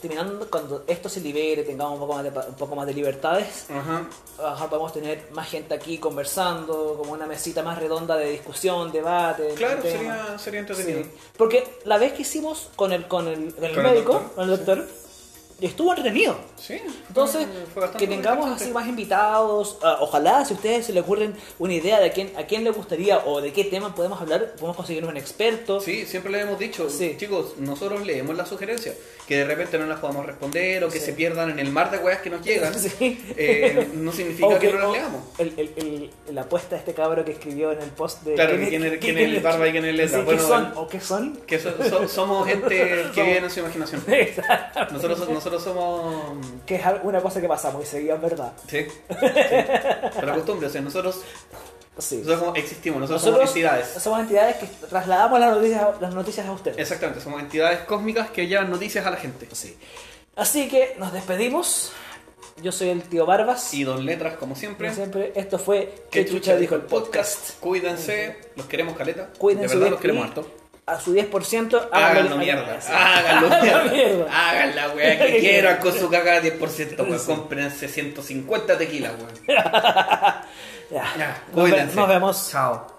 [SPEAKER 3] terminando cuando esto se libere, tengamos un poco más de, pa- un poco más de libertades.
[SPEAKER 2] Ajá.
[SPEAKER 3] Ojalá podamos tener más gente aquí conversando, como una mesita más redonda de discusión, debate.
[SPEAKER 2] Claro,
[SPEAKER 3] tema.
[SPEAKER 2] sería, sería entretenido.
[SPEAKER 3] Sí. Porque la vez que hicimos con el, con el, con el
[SPEAKER 2] Con el
[SPEAKER 3] médico,
[SPEAKER 2] doctor,
[SPEAKER 3] con el doctor, estuvo entretenido.
[SPEAKER 2] Sí.
[SPEAKER 3] Entonces,
[SPEAKER 2] Mm, fue bastante
[SPEAKER 3] que tengamos así
[SPEAKER 2] interesante.
[SPEAKER 3] más invitados, ah, ojalá si a ustedes se les ocurren una idea de quién, a quién le gustaría o de qué tema podemos hablar, podemos conseguir un experto.
[SPEAKER 2] Sí, siempre le hemos dicho,
[SPEAKER 3] Sí.
[SPEAKER 2] chicos, nosotros leemos las sugerencias, que de repente no las podamos responder o que
[SPEAKER 3] Sí.
[SPEAKER 2] se pierdan en el mar de weas que nos llegan.
[SPEAKER 3] <laughs> Sí.
[SPEAKER 2] Eh,
[SPEAKER 3] <laughs>
[SPEAKER 2] no significa
[SPEAKER 3] O
[SPEAKER 2] que,
[SPEAKER 3] que-
[SPEAKER 2] no las leamos.
[SPEAKER 3] El, el, el- la apuesta de este cabro que escribió en el post de...
[SPEAKER 2] Claro, quién
[SPEAKER 3] <laughs>
[SPEAKER 2] es- quién es el barba y quién es el
[SPEAKER 3] Sí,
[SPEAKER 2] lesa.
[SPEAKER 3] ¿qué
[SPEAKER 2] Bueno,
[SPEAKER 3] son?
[SPEAKER 2] bueno.
[SPEAKER 3] ¿O qué son? <laughs>
[SPEAKER 2] Que so- so- somos gente que
[SPEAKER 3] Somos-
[SPEAKER 2] vive en su
[SPEAKER 3] <laughs>
[SPEAKER 2] imaginación.
[SPEAKER 3] Exacto.
[SPEAKER 2] Nosotros, nosotros somos...
[SPEAKER 3] que es una cosa que pasa muy seguida, en verdad. <laughs>
[SPEAKER 2] Sí, sí. Por la costumbre, o sea, nosotros
[SPEAKER 3] Sí.
[SPEAKER 2] Nosotros como existimos, nosotros,
[SPEAKER 3] Nosotros
[SPEAKER 2] somos entidades.
[SPEAKER 3] somos entidades que trasladamos las noticias, las noticias a ustedes.
[SPEAKER 2] Exactamente, somos entidades cósmicas que llevan noticias a la gente.
[SPEAKER 3] Sí. Así que nos despedimos. Yo soy el tío Barbas.
[SPEAKER 2] Y Don Letras, como siempre.
[SPEAKER 3] Como siempre, esto fue
[SPEAKER 2] que
[SPEAKER 3] ¿Qué chucha dijo el podcast?
[SPEAKER 2] Cuídense, los queremos caleta.
[SPEAKER 3] Cuídense.
[SPEAKER 2] de verdad los
[SPEAKER 3] y
[SPEAKER 2] queremos harto.
[SPEAKER 3] A su 10%,
[SPEAKER 2] Háganlo
[SPEAKER 3] háganlo-
[SPEAKER 2] mierda,
[SPEAKER 3] Sí. <laughs>
[SPEAKER 2] háganlo
[SPEAKER 3] Háganlo mierda.
[SPEAKER 2] mierda. Ah, Hagan la weá que
[SPEAKER 3] <laughs> Que quieran.
[SPEAKER 2] quieran con su cagada 10%, weón. Cómprense 150 tequilas, weón.
[SPEAKER 3] Ya.
[SPEAKER 2] Ya,
[SPEAKER 3] Nos ve-
[SPEAKER 2] cuídense.
[SPEAKER 3] nos vemos.
[SPEAKER 2] Chao.